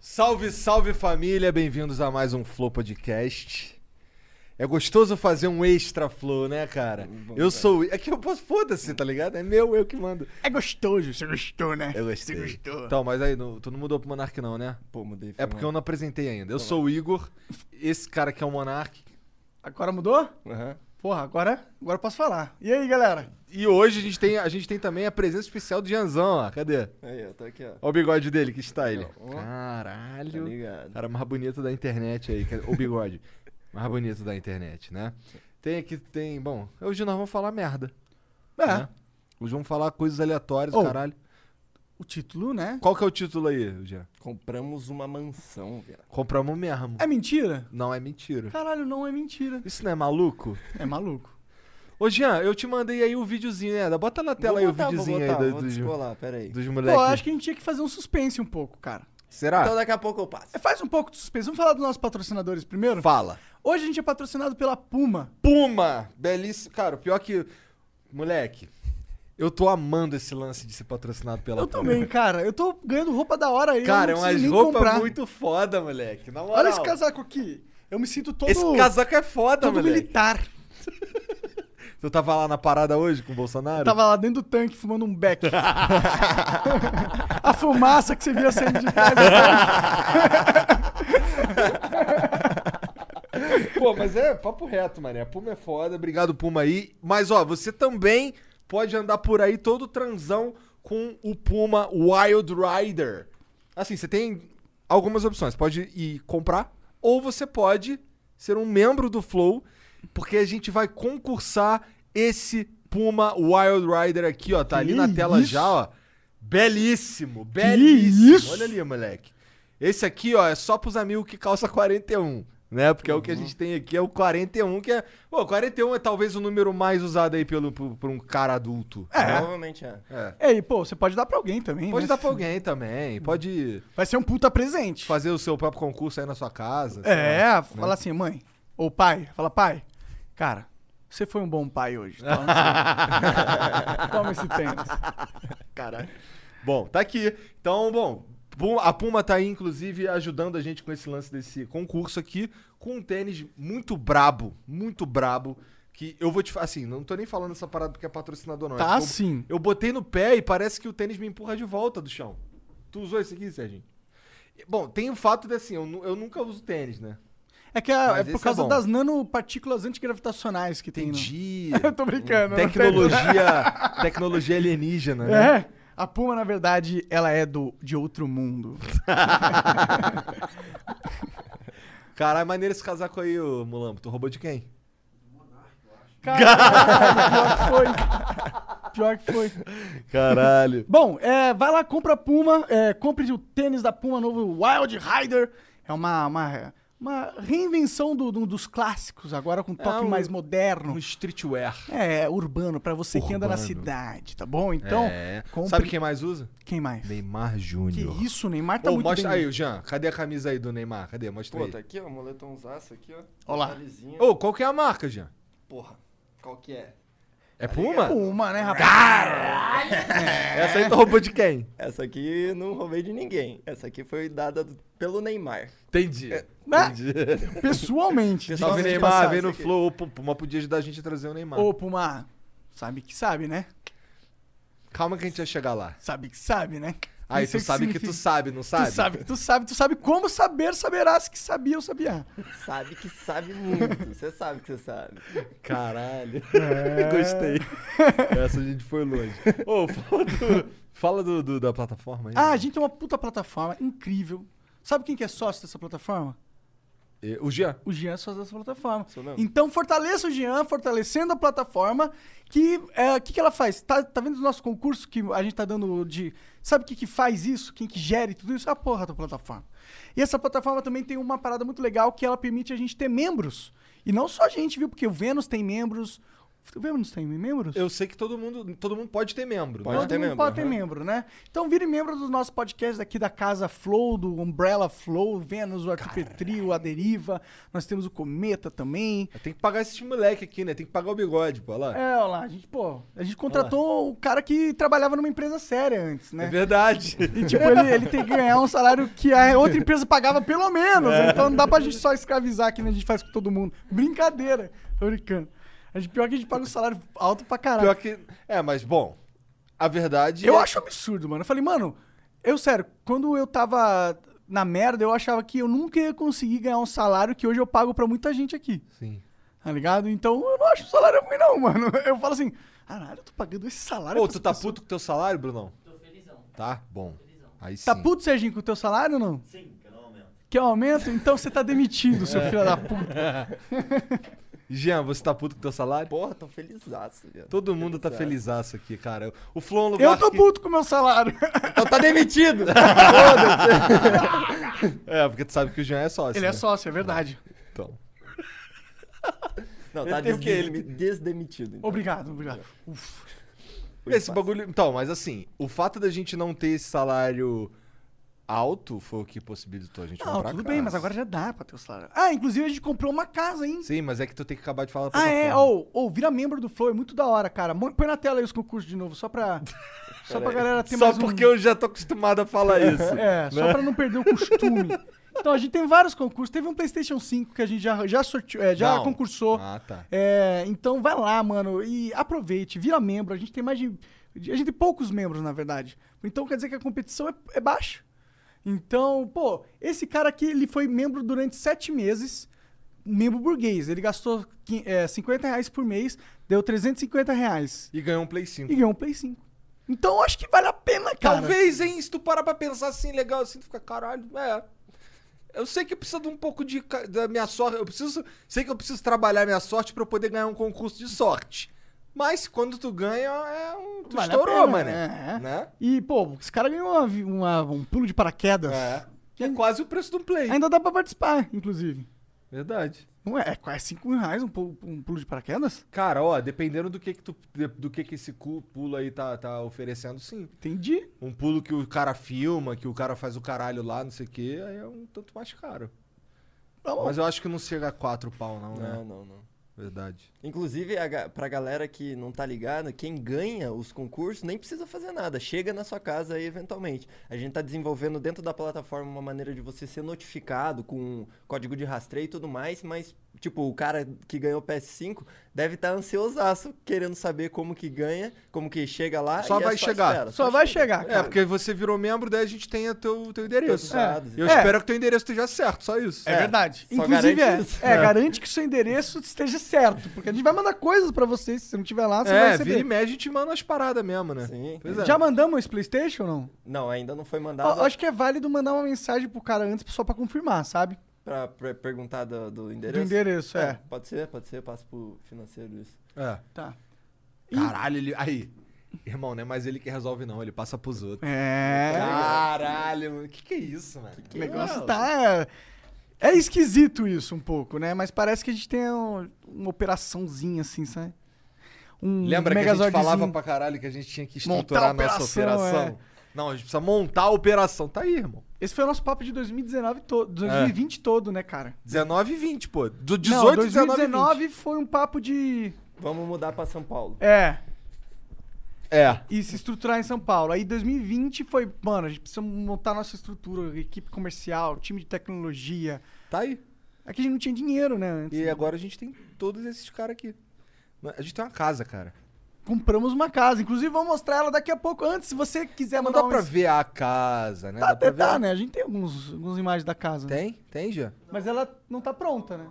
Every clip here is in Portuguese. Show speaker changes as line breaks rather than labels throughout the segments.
Salve, salve família, bem-vindos a mais um Flow Podcast. É gostoso fazer um extra flow, né, cara? eu sou. É que eu posso. Foda-se, tá ligado? É meu, eu que mando.
É gostoso, você gostou, né?
Eu gostei.
Você gostou.
Então, mas aí, não- tu não mudou pro Monark, não, né?
Pô, mudei.
É porque eu não apresentei ainda. Eu sou o Igor, esse cara que é o Monark.
Agora mudou?
Aham.
Porra, agora, agora eu posso falar. E aí, galera?
E hoje a gente tem, a gente tem também a presença especial do Janzão, ó. Cadê?
Aí, ó, tá aqui, ó.
Olha o bigode dele, que style.
Ó. Tá
Caralho.
ligado.
Cara mais bonito da internet aí, que é o bigode. mais bonito da internet, né? Tem aqui, tem. Bom, hoje nós vamos falar merda.
É,
né? Hoje vamos falar coisas aleatórias,
Oh.
caralho.
o título, né?
Qual que é o título aí, Jean?
Compramos uma mansão, viado.
Compramos mesmo.
É mentira?
Não é mentira.
Caralho, não é mentira.
Isso não é maluco?
É maluco.
Ô, Jean, eu te mandei aí o videozinho, né? Bota na tela
Vou
aí o
botar, vou
videozinho aí
botar,
do-
vou
dos,
descolar, pera aí.
dos
Pô, eu
moleques.
acho que tá a gente tinha que fazer um suspense um pouco, cara.
Será?
Então daqui a pouco eu passo.
É, Faz um pouco de suspense. Vamos falar dos nossos patrocinadores primeiro?
Fala.
Hoje a gente é patrocinado pela Puma.
Puma! Belíssimo. Cara, o pior que. Moleque, eu tô amando esse lance de ser patrocinado pela
Eu
Puma.
também, cara. Eu tô ganhando roupa da hora aí. eu
Cara, é
não
umas
preciso nem
roupas
comprar.
muito foda, moleque. Na moral.
Olha esse casaco aqui. Eu me sinto todo,
Esse casaco é foda,
todo
moleque.
militar.
Tu tava lá na parada hoje com o Bolsonaro?
Eu tava lá dentro do tanque fumando um beck. a fumaça que você via saindo de trás. do tanque.
Pô, mas é papo reto, mané. Puma é foda. Obrigado, Puma aí. Mas, ó, você também pode andar por aí todo transão com o Puma Wild Rider. Assim, você tem algumas opções. Pode ir comprar ou você pode ser um membro do Flow, porque a gente vai concursar esse Puma Wild Rider aqui, ó. Tá ali na
Que
tela
isso?
já, ó. Belíssimo, belíssimo.
isso?
Olha ali, moleque. Esse aqui, ó, é só pros amigos que calça 41, né? Porque é o que a
Uhum.
gente tem aqui, é o 41, que é. Pô, 41 é talvez o número mais usado aí pelo, por, por um cara adulto.
Provavelmente é.
É.
É, e pô, você pode dar pra alguém também.
Pode
né?
dar pra alguém também, pode
Vai ser um puta presente.
fazer o seu próprio concurso aí na sua casa. sei lá.
É, fala assim, mãe. Ou pai. Fala, pai. Cara, você foi um bom pai hoje. Toma esse, Toma esse tênis.
Caralho. Bom, tá aqui. Então, bom, Pu- a Puma tá aí, inclusive, ajudando a gente com esse lance desse concurso aqui, com um tênis muito brabo, muito brabo. Que eu vou te falar, assim, não tô nem falando essa parada porque é patrocinador, não. É
Tá
porque eu-
sim.
Eu botei no pé e parece que o tênis me empurra de volta do chão. Tu usou esse aqui, Serginho? Bom, tem o fato de assim, eu, nu- eu nunca uso tênis, né?
É que
Mas
a- é
esse é
por causa
bom.
das nanopartículas antigravitacionais que tem. né?
Entendi.
Eu tô brincando. não tem,
tecnologia, tecnologia alienígena,
não.
né?
É. A Puma, na verdade, ela é do, de outro mundo. É.
Caralho, maneiro esse casaco aí, ô Mulambo. Tu roubou de quem?
Cara, pior que foi. Pior que foi.
Caralho.
Bom, é, vai lá, compra a Puma, é, compre o tênis da Puma novo Wild Rider. É uma, uma, uma reinvenção do- do- dos clássicos, agora com um toque
um-
mais
Um
moderno.
streetwear.
É, urbano, pra você que anda na
Urbano.
cidade, tá bom? Então,
é.
compre...
Sabe quem mais usa?
quem mais?
Neymar
Que
Júnior.
isso, Neymar tá
Ô,
muito
mostra
bem.
aí, Jean. Cadê a camisa aí do Neymar? Cadê? Mostra
Pô,
aí.
tá aqui, ó, moletomzaço aqui, ó.
Ó lá.
Detalhezinho.
Ô, qual que é a marca, Jean?
Porra, qual que é?
É Puma?
Puma, né, rapaz?
Essa aí tu roubou de quem?
Essa aqui não roubei de ninguém. Essa aqui foi dada do- pelo Neymar.
Entendi.
Né?
Entendi.
Pessoalmente.
Pessoal-
Salve
Diga-se de
Neymar,
passagem,
vem no
isso aqui.
Flow. O Puma podia ajudar a gente a trazer o Neymar.
Ô, Puma, sabe que sabe, né?
Calma que a gente vai chegar lá.
Sabe que sabe, né?
Aí
Isso
Ah, tu
que
sabe que tu
significa.
sabe, não sabe?
Tu sabe, tu sabe, tu sabe como saber, saberás que sabia ou sabia.
Sabe que sabe muito. Você sabe que você sabe.
Caralho.
É.
Gostei. Essa a gente foi longe. Ô, fala, do, fala do- do- da plataforma aí.
Ah, a gente tem uma puta plataforma incrível. Sabe quem que é sócio dessa plataforma?
Eh, O Jean.
O Jean é sócio dessa plataforma.
Sou mesmo.
Então fortaleça o Jean, fortalecendo a plataforma, que é, o que, que ela faz? Tá, tá vendo os nossos concursos que a gente tá dando de... Sabe o que, que faz isso? Quem que gere tudo isso? É a porra da plataforma. E essa plataforma também tem uma parada muito legal que ela permite a gente ter membros. E não só a gente, viu? Porque o Vênus tem membros... O Vênus tem membros?
Eu sei que todo mundo, todo mundo pode ter membro.
Pode
né?
Todo
ter
mundo
membro,
pode ter
aham.
membro, né? Então vire membro dos nossos podcasts aqui da Casa Flow, do Umbrella Flow, Vênus, o Arthur Petri, o A Deriva. Nós temos o Cometa também.
Tem que pagar esses moleque aqui, né? Tem que pagar o bigode, pô. olha lá.
É, olha lá, a gente, pô, a gente contratou o cara que trabalhava numa empresa séria antes,
É
né?
verdade.
E, tipo, ele, ele tem que ganhar um salário que a outra empresa pagava pelo menos.
É.
Então não dá pra gente só escravizar que nem a gente faz com todo mundo. Brincadeira, tô brincando. A gente, pior que a gente paga um salário alto pra caralho.
Pior que. É, mas bom. A verdade.
Eu
é-
acho absurdo, mano. Eu falei, mano, eu sério, quando eu tava na merda, eu achava que eu nunca ia conseguir ganhar um salário que hoje eu pago pra muita gente aqui,
Sim.
tá ligado? Então eu não acho o salário ruim, não, mano. Eu falo assim, caralho, eu tô pagando esse salário.
Pô,
pra
tu
essa
tá
pessoa."
puto com teu salário, Brunão?
Tô felizão.
Tá, bom. Aí sim.
Tá puto, Serginho, com o teu salário ou não?
Sim,
é
que eu não aumento.
Quer um aumento? Então você tá demitido, seu filho da puta.
Jean, você tá puto com teu salário?
Porra, tô felizaço, já.
Todo mundo tá
Felizaço.
felizaço aqui, cara. O Flow é um lugar
Eu tô
que-
puto com o meu salário.
Então tá demitido!
É, porque tu sabe que o Jean é sócio.
Ele é
né?
sócio, é verdade.
Então.
Não, tá
tem o quê? Ele
desdemi- desdemitido. então.
Obrigado, obrigado. Ufa.
Foi
Esse
fácil.
bagulho. Então, mas assim, o fato da gente não ter esse salário alto foi o que possibilitou a gente
Não,
comprar
tudo
a
bem,
casa.
mas agora já dá pra ter o salário. Ah, inclusive a gente comprou uma casa, hein?
Sim, mas é que tu tem que acabar de falar pra
Ah, é?
plataforma.
Ou ou vira membro do Flow, é muito da hora, cara. Mo- Põe na tela aí os concursos de novo, só pra. só pra galera ter
Só
mais um-
porque eu né? já tô acostumado a falar isso.
É, só pra não perder o costume. Então, a gente tem vários concursos. Teve um PlayStation 5 que a gente já, já, sorteou, é, já
Não.
concursou.
Ah, tá.
É, então, vai lá, mano, e aproveite, vira membro. A gente tem mais de. A gente tem poucos membros, na verdade. Então, quer dizer que a competição é, é baixa. Então, pô, esse cara aqui, ele foi membro durante sete meses, membro burguês. Ele gastou quin- é, 50 reais por mês, deu 350 reais
E ganhou um Play 5.
e ganhou um Play 5. Então, eu acho que vale a pena, cara.
Talvez, hein? Se tu parar pra pensar assim, legal assim, tu fica, caralho, é. Eu sei que eu preciso de um pouco de, ca- da minha sorte. Eu preciso. Sei que eu preciso trabalhar minha sorte pra eu poder ganhar um concurso de sorte. Mas quando tu ganha, é um. Tu
Vale a
estourou,
pena,
mano.
é.
Né?
E, pô, esse cara ganhou uma vi- uma- um pulo de paraquedas.
É. Que é quase o preço do play.
Ainda dá pra participar, inclusive.
Verdade.
Não é? É quase 5 reais um pulo, um pulo de paraquedas?
Cara, ó, dependendo do que que tu, do que que esse cu- pulo aí tá, tá oferecendo, sim.
Entendi.
Um pulo que o cara filma, que o cara faz o caralho lá, não sei o quê, aí é um tanto mais caro.
Tá bom.
Mas eu acho que não chega a quatro pau,
É.
não, né?
Não, não, não.
Verdade.
Inclusive, a, ga- pra galera que não tá ligada, quem ganha os concursos nem precisa fazer nada. Chega na sua casa aí, eventualmente. A gente tá desenvolvendo dentro da plataforma uma maneira de você ser notificado com um código de rastreio e tudo mais, mas, tipo, o cara que ganhou o PS5 deve estar tá ansiosaço, querendo saber como que ganha, como que chega lá.
Só
e é
vai chegar.
espera,
Só vai chegar,
É,
cara.
porque você virou membro, daí a gente tem o teu, teu endereço.
Teus dados
Eu
e tal.
espero que teu endereço esteja certo, só isso.
É, verdade.
só
Inclusive,
garante
é,
isso.
é, garante que o seu endereço esteja certo. Porque a gente vai mandar coisas pra vocês. Se você não tiver lá, você vai
É, vira e
receber.
mexe, a gente manda umas paradas mesmo, né?
Sim.
Pois é.
Já mandamos esse PlayStation ou não?
Não, ainda não foi mandado.
Eu, acho que é válido mandar uma mensagem pro cara antes só pra confirmar, sabe?
Pra, pra perguntar do, do
Do
endereço?
endereço, é.
Pode ser, pode ser, passo pro financeiro isso.
É.
Tá.
Caralho, ele. Aí. Irmão, não é mais ele que resolve, não. Ele passa pros outros.
É.
Caralho, mano. Que que é isso, mano?
O negócio tá. É esquisito isso um pouco, né? Mas parece que a gente tem um- uma operaçãozinha assim, sabe? Um
Lembra que a gente
megazordzinho.
falava pra caralho que a gente tinha que
Montar a
estruturar a nossa
operação, é.
operação? Não, a gente precisa montar a operação. Tá aí, irmão.
Esse foi o nosso papo de 2019 todo, 2020
É.
todo, né, cara?
19 e 20, pô. Do
Não,
18, 19 e 20.
2019 foi um papo de.
Vamos mudar pra São Paulo.
É,
É.
e se estruturar em São Paulo. Aí 2020 foi, mano, a gente precisa montar nossa estrutura, equipe comercial, time de tecnologia.
Tá aí.
Aqui a gente não tinha dinheiro, né? Antes.
E agora a gente tem todos esses caras aqui. A gente tem uma casa, cara.
compramos uma casa. Inclusive, vou mostrar ela daqui a pouco. Antes, se você quiser
Não
mandar
dá pra
um...
ver a casa, né?
Tá,
dá pra
até
ver.
tá, né? A gente tem alguns, algumas imagens da casa. né?
Tem? Tem, já?
Mas ela não tá pronta, né?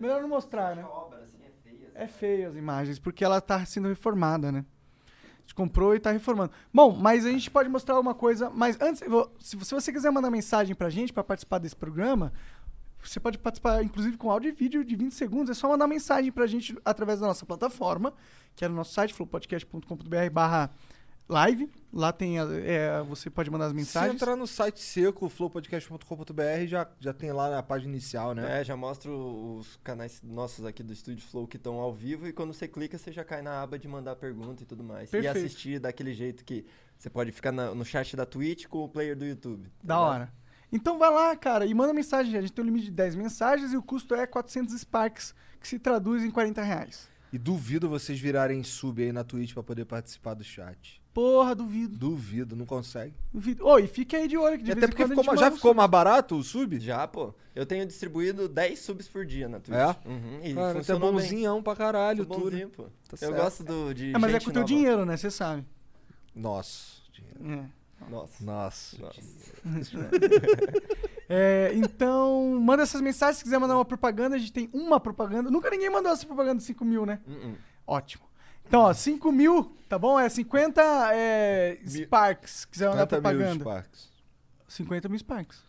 Melhor não mostrar, né? É feia as imagens, porque ela tá sendo reformada, né? A gente comprou e tá reformando. Bom, mas a gente pode mostrar alguma coisa. Mas antes, eu vou- se se você quiser mandar mensagem pra gente pra participar desse programa, você pode participar, inclusive, com áudio e vídeo de 20 segundos. É só mandar mensagem pra gente através da nossa plataforma, que é no nosso site, flowpodcast.com.br barra live. Lá tem a- é, você pode mandar as
Se
mensagens.
entrar no site seco, flowpodcast.com.br, já, já tem lá na página inicial, né?
É, já mostro os canais nossos aqui do Estúdio Flow que estão ao vivo e quando você clica, você já cai na aba de mandar pergunta e tudo mais.
Perfeito.
E assistir daquele jeito que você pode ficar na- no chat da Twitch com o player do YouTube. tá
Da
ligado?
hora. Então vai lá, cara, e manda mensagem. A gente tem um limite de 10 mensagens e o custo é 400 Sparks, que se traduz em 40 reais.
E duvido vocês virarem sub aí na Twitch pra poder participar do chat.
Porra, duvido.
Duvido, não consegue.
duvido. Ô, e fica aí de olho que de
E
vez
É, até
em
porque
quando a
ficou
gente
mais- já
manda um
ficou mais barato o sub?
Já, pô. Eu tenho distribuído 10 subs por dia na Twitch.
É?
Uhum, e
Cara, tu é
funcionou bem.
bonzinhão pra caralho,
Sou
um
tudo.
bonzinho, pô. Eu
certo.
gosto do, de
sub. É, mas é
gente
com o teu
nova.
dinheiro, né? Você sabe.
Nossa, dinheiro.
É.
Nossa.
Nossa.
Nossa.
É, então, manda essas mensagens. Se quiser mandar uma propaganda, a gente tem uma propaganda. Nunca ninguém mandou essa propaganda de 5 mil, né?
Uh-uh.
Ótimo. Então, ó, 5 mil, tá bom? É 50 é, Sparks. Se quiser mandar
50 mil
Então é propaganda.
Sparks.
50 mil Sparks.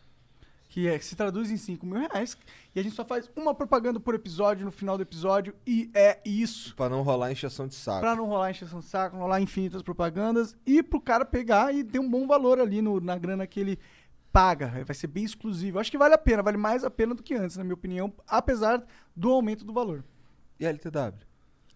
Que é que se traduz em 5 mil reais. E a gente só faz uma propaganda por episódio no final do episódio. E é isso.
Pra não rolar encheção de saco.
Pra não rolar encheção de saco, não rolar infinitas propagandas. E pro cara pegar e ter um bom valor ali no, na grana que ele paga. Vai ser bem exclusivo. Acho que vale a pena, vale mais a pena do que antes, na minha opinião. Apesar do aumento do valor.
E a LTW?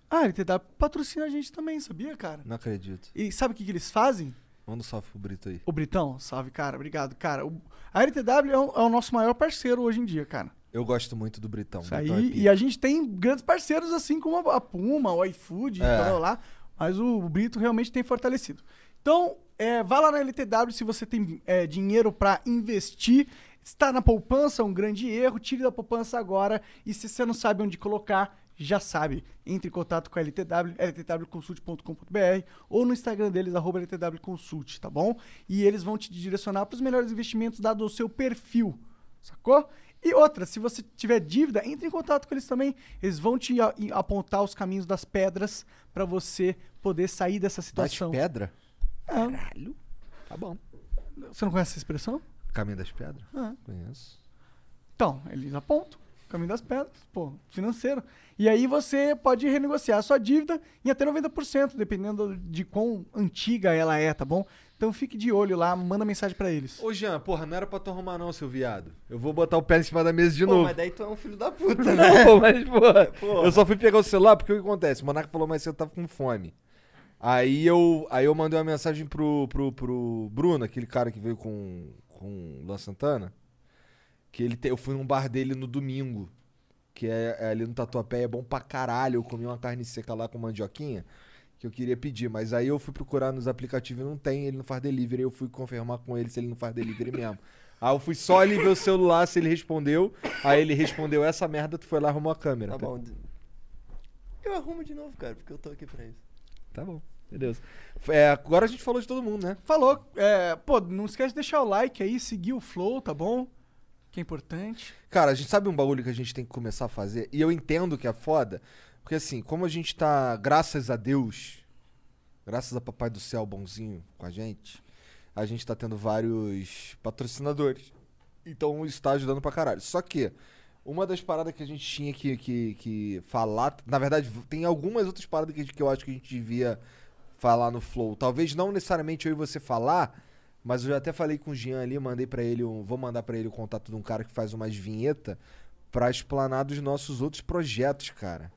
Ah, a LTW patrocina a gente também, sabia, cara?
Não acredito.
E sabe o que que eles fazem?
Manda um salve pro Brito aí.
Ô, Britão, salve, cara. Obrigado, cara. O- a LTW é o- é o nosso maior parceiro hoje em dia, cara.
Eu gosto muito do Britão.
Isso
Britão é
aí,
pica.
e a gente tem grandes parceiros assim como a Puma, o iFood,
É.
blá, blá, blá, mas o Brito realmente tem fortalecido. Então, é, vá lá na LTW se você tem é, dinheiro para investir. Está na poupança, é um grande erro, tire da poupança agora. E se você não sabe onde colocar, já sabe. Entre em contato com a LTW, ltwconsult.com.br ou no Instagram deles, arroba ltwconsult, tá bom? E eles vão te direcionar para os melhores investimentos dado o seu perfil, sacou? E outra, se você tiver dívida, entre em contato com eles também. Eles vão te a- e apontar os caminhos das pedras para você poder sair dessa
Das
situação.
pedras?
Ah,
Caralho. Tá bom.
você não conhece essa expressão?
Caminho das pedras?
Ah.
Conheço.
Então, eles apontam. Caminho das pedras, pô, financeiro. E aí você pode renegociar a sua dívida em até 90%, dependendo de quão antiga ela é, tá bom? Então fique de olho lá, manda mensagem para eles.
Ô, Jean, porra, não era pra tu arrumar não, seu viado. Eu vou botar o pé em cima da mesa de
Pô,
novo.
mas daí tu é um filho da puta, né?
Não, pô, mas, porra,
Porra.
eu só fui pegar o celular porque o que acontece? O Monarca falou, mas você tava com fome. Aí eu, aí eu mandei uma mensagem pro, pro, pro Bruno, aquele cara que veio com, com o Luan Santana, que ele te- eu fui num bar dele no domingo, que é, é ali no Tatuapé, é bom pra caralho, eu comi uma carne seca lá com mandioquinha, que eu queria pedir, mas aí eu fui procurar nos aplicativos e não tem, ele não faz delivery, eu fui confirmar com ele se ele não faz delivery mesmo. Aí eu fui só ali ver o celular se ele respondeu, aí ele respondeu essa merda, tu foi lá e arrumou a câmera.
Tá bom. Eu arrumo de novo, cara, porque eu tô aqui pra isso.
Tá bom. Beleza. É, agora a gente falou de todo mundo, né?
Falou, é, pô, não esquece de deixar o like aí, seguir o Flow, tá bom? Que é importante.
Cara, a gente sabe um bagulho que a gente tem que começar a fazer, e eu entendo que é foda, porque assim, como a gente tá, graças a Deus, graças a Papai do Céu bonzinho com a gente, a gente tá tendo vários patrocinadores. Então isso tá ajudando pra caralho. Só que, uma das paradas que a gente tinha que, que, que falar, na verdade, tem algumas outras paradas que, a gente- que eu acho que a gente devia falar no Flow. Talvez não necessariamente eu e você falar, Mas eu já até falei com o Jean ali, mandei pra ele, um, vou mandar pra ele o contato de um cara que faz umas vinheta pra explanar dos nossos outros projetos, cara.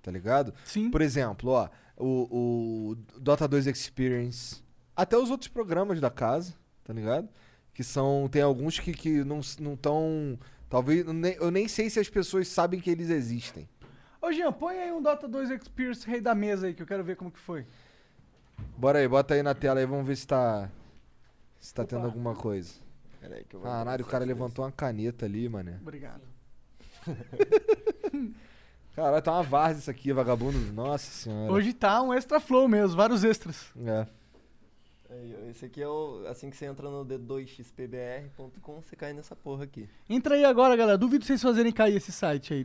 Tá ligado?
Sim.
Por exemplo, ó, o, o Dota 2 Experience, até os outros programas da casa, tá ligado? Que são, tem alguns que, que não s- não tão, talvez, eu nem- eu nem sei se as pessoas sabem que eles existem.
Ô, Jean, põe aí um Dota 2 Experience rei da mesa aí, que eu quero ver como que foi.
Bora aí, bota aí na tela aí, vamos ver se tá, se tá tendo
Opa.
alguma coisa.
Pera aí que eu vou.
Caralho, o cara
Vocês.
levantou uma caneta ali, mané.
Obrigado.
Caralho, tá uma várzea isso aqui, vagabundo. Nossa senhora.
Hoje tá um extra flow mesmo, vários extras.
É.
Aí, Esse aqui é o. Assim que você entra no d2xpbr.com, você cai nessa porra aqui.
Entra aí agora, galera. Duvido vocês fazerem cair esse site aí,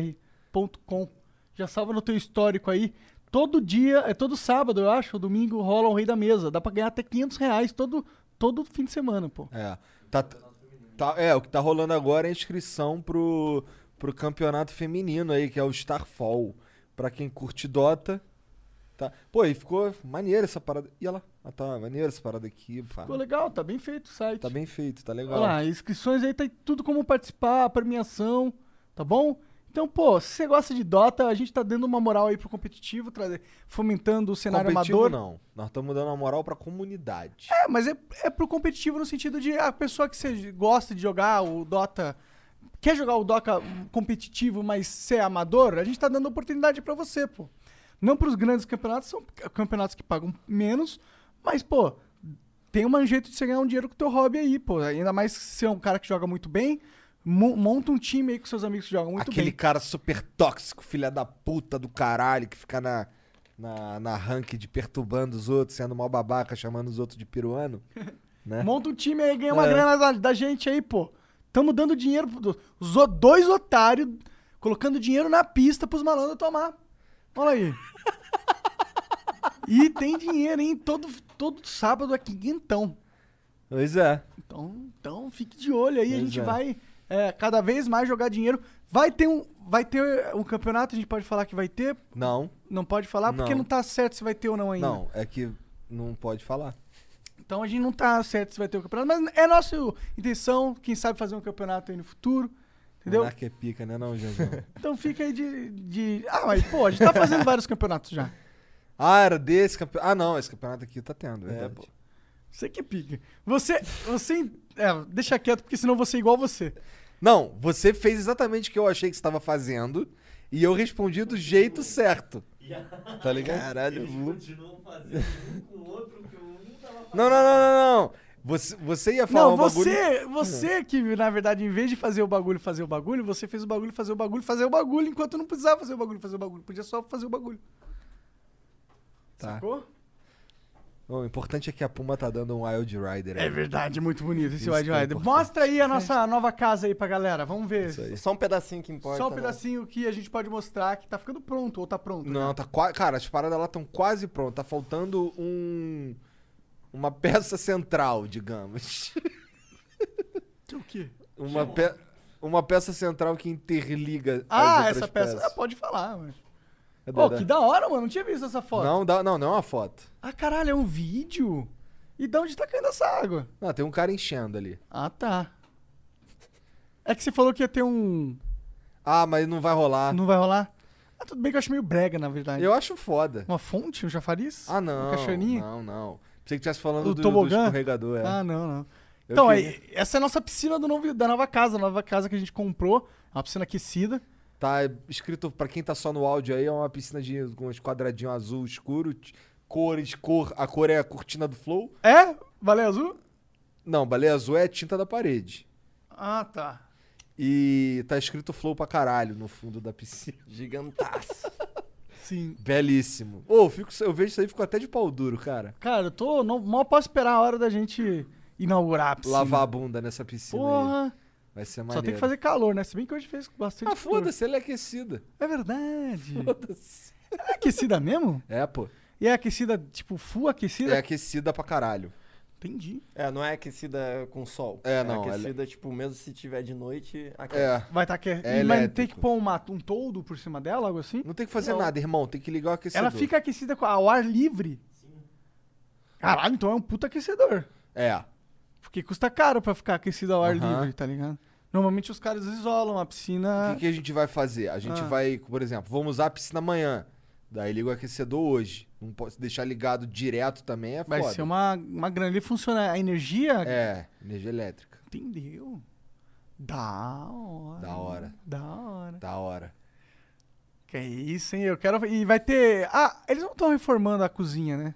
d2xpbr.com. Já salva no teu histórico aí. Todo dia, é todo sábado, eu acho, ou domingo, rola o Rei da Mesa. Dá pra ganhar até 500 reais todo, todo fim de semana, pô.
É. Tá, tá- é, o que tá rolando agora é a inscrição pro, pro campeonato feminino aí, que é o Starfall. Pra quem curte Dota. Tá. Pô, e ficou maneira essa parada. Ih, olha lá. Ah, tá maneira essa parada aqui. pá.
Ficou legal, tá bem feito o site.
Tá bem feito, tá
Olha
legal.
lá, inscrições aí, tá tudo como participar, premiação, tá bom? Então, pô, se você gosta de Dota, a gente tá dando uma moral aí pro competitivo, trazer, fomentando o cenário
Competitivo
amador.
não. Nós estamos dando a moral pra comunidade.
É, mas é, é pro competitivo no sentido de a pessoa que você gosta de jogar o Dota, quer jogar o Dota competitivo, mas ser amador, a gente tá dando oportunidade pra você, pô. Não pros grandes campeonatos, são campeonatos que pagam menos, mas, pô, tem um jeito de você ganhar um dinheiro com o teu hobby aí, pô. Ainda mais se você é um cara que joga muito bem, mo- monta um time aí com seus amigos que jogam muito
Aquele
bem.
cara super tóxico, filha da puta do caralho, que fica na, na, na ranked perturbando os outros, sendo mal babaca, chamando os outros de peruano. né?
Monta um time aí, ganha uma
É.
grana da, da gente aí, pô. Tamo dando dinheiro pro, os o- dois otários colocando dinheiro na pista pros malandros tomar. Olha aí. e tem dinheiro, hein? Todo, todo sábado é quinhentão.
Pois é.
Então, então fique de olho aí, a
Pois
gente
é.
vai é, cada vez mais jogar dinheiro. Vai ter um vai ter um campeonato, a gente pode falar que vai ter,
Não,
não pode falar porque
Não.
não tá certo se vai ter ou não ainda.
não, é que não pode falar.
Então a gente não tá certo se vai ter o campeonato, mas é nossa intenção, quem sabe fazer um campeonato aí no futuro. Entendeu?
Monarca é pica, né, não, Janzão?
Então fica aí de, de- Ah, mas pô, a gente tá fazendo vários campeonatos já.
ah, era desse campeonato. Ah, não, esse campeonato aqui tá tendo,
É,
verdade.
pô.
Você que pica. Você. Você. É, deixa quieto, porque senão você é igual você.
Não, você fez exatamente o que eu achei que você tava fazendo e eu respondi do jeito certo. Tá ligado? Caralho, Lu-
continuam fazendo um com o outro que um não tava
Não, não, não, não, não. Você, você ia falar
Não,
um bagulho...
você. Você que, na verdade, em vez de fazer o bagulho fazer o bagulho, você fez o bagulho fazer o bagulho fazer o bagulho, enquanto não precisava fazer o bagulho fazer o bagulho. Podia só fazer o bagulho.
Tá.
Sacou?
Bom, o importante é que a Puma tá dando um Wild Rider.
É
aí.
verdade, muito bonito esse
Isso
Wide
que é
Rider.
importante.
Mostra aí a nossa nova casa aí pra galera. Vamos ver.
Isso aí.
Só um pedacinho que importa.
Só um
tá
né?
pedacinho que a gente pode mostrar que tá ficando pronto ou tá pronto. né?
Não, tá quase. Cara, as paradas lá estão quase prontas. Tá faltando um. Uma peça central, digamos.
O quê?
Uma, pe... uma peça central que interliga.
Ah,
as outras
essa peça.
peças.
Ah, pode falar, mano.
É
Pô,
doida.
que da hora, mano. Não tinha visto essa foto.
Não, dá... não, não é uma foto.
Ah, caralho, é um vídeo? E de onde tá caindo essa água?
Não, tem um cara enchendo ali.
Ah, tá. É que você falou que ia ter um.
Ah, mas não vai rolar.
Não vai rolar? Ah, tudo bem que eu acho meio brega, na verdade.
Eu acho foda.
Uma fonte, um chafariz?
Ah, não.
Um caixaninho?
Não, não. Pensei que estivesse falando
O
do, do
tobogã?
escorregador. É.
Ah, não, não.
Eu
Então,
queria-
aí, essa é a nossa piscina do novo- da nova casa. A nova casa que a gente comprou. É Uma piscina aquecida.
Tá escrito, pra quem tá só no áudio aí, é uma piscina de com uns quadradinhos azul escuro, t- cores, cor. A cor é a cortina do Flow.
É? Baleia azul?
Não, baleia azul é a tinta da parede.
Ah, tá.
E tá escrito Flow pra caralho no fundo da piscina.
Gigantaço.
Sim.
Belíssimo. Ô, eu fico, eu vejo isso aí e fico até de pau duro, cara.
Cara, eu tô. Não, mal posso esperar a hora da gente inaugurar a piscina.
Lavar a bunda nessa piscina aí.
Porra.
Vai ser
Só
maneiro.
tem que fazer calor, né? Se bem que hoje fez bastante
Ah,
calor.
foda-se, ela é aquecida.
É verdade.
Foda-se.
É aquecida mesmo?
É, pô.
E é aquecida, tipo, full aquecida?
É aquecida pra caralho.
Entendi.
É, não é aquecida com sol.
É, não, ela-
aquecida, tipo, mesmo se tiver de noite, aquece.
É.
Vai tá que...
É
e Mas
elétrico.
tem que pôr uma- um toldo por cima dela, algo assim?
Não tem que fazer
Não.
nada, irmão. Tem que ligar o aquecedor.
Ela fica aquecida com- ao ar livre? Sim. Caralho, então é um puta aquecedor.
É.
Porque custa caro pra ficar aquecido ao ar
Aham.
livre, tá ligado? Normalmente os caras isolam a
O
piscina.
que, que a gente vai fazer? A gente
Ah.
vai, por exemplo, vamos usar a piscina amanhã. Daí liga o aquecedor hoje. Não pode deixar ligado direto também, é
Vai
foda.
ser uma, uma grana. Ele funciona a energia?
É, energia elétrica.
Entendeu? Da hora.
Da hora.
Da hora.
Da hora.
Que isso, hein? Eu quero. E vai ter. Ah, eles não estão reformando a cozinha, né?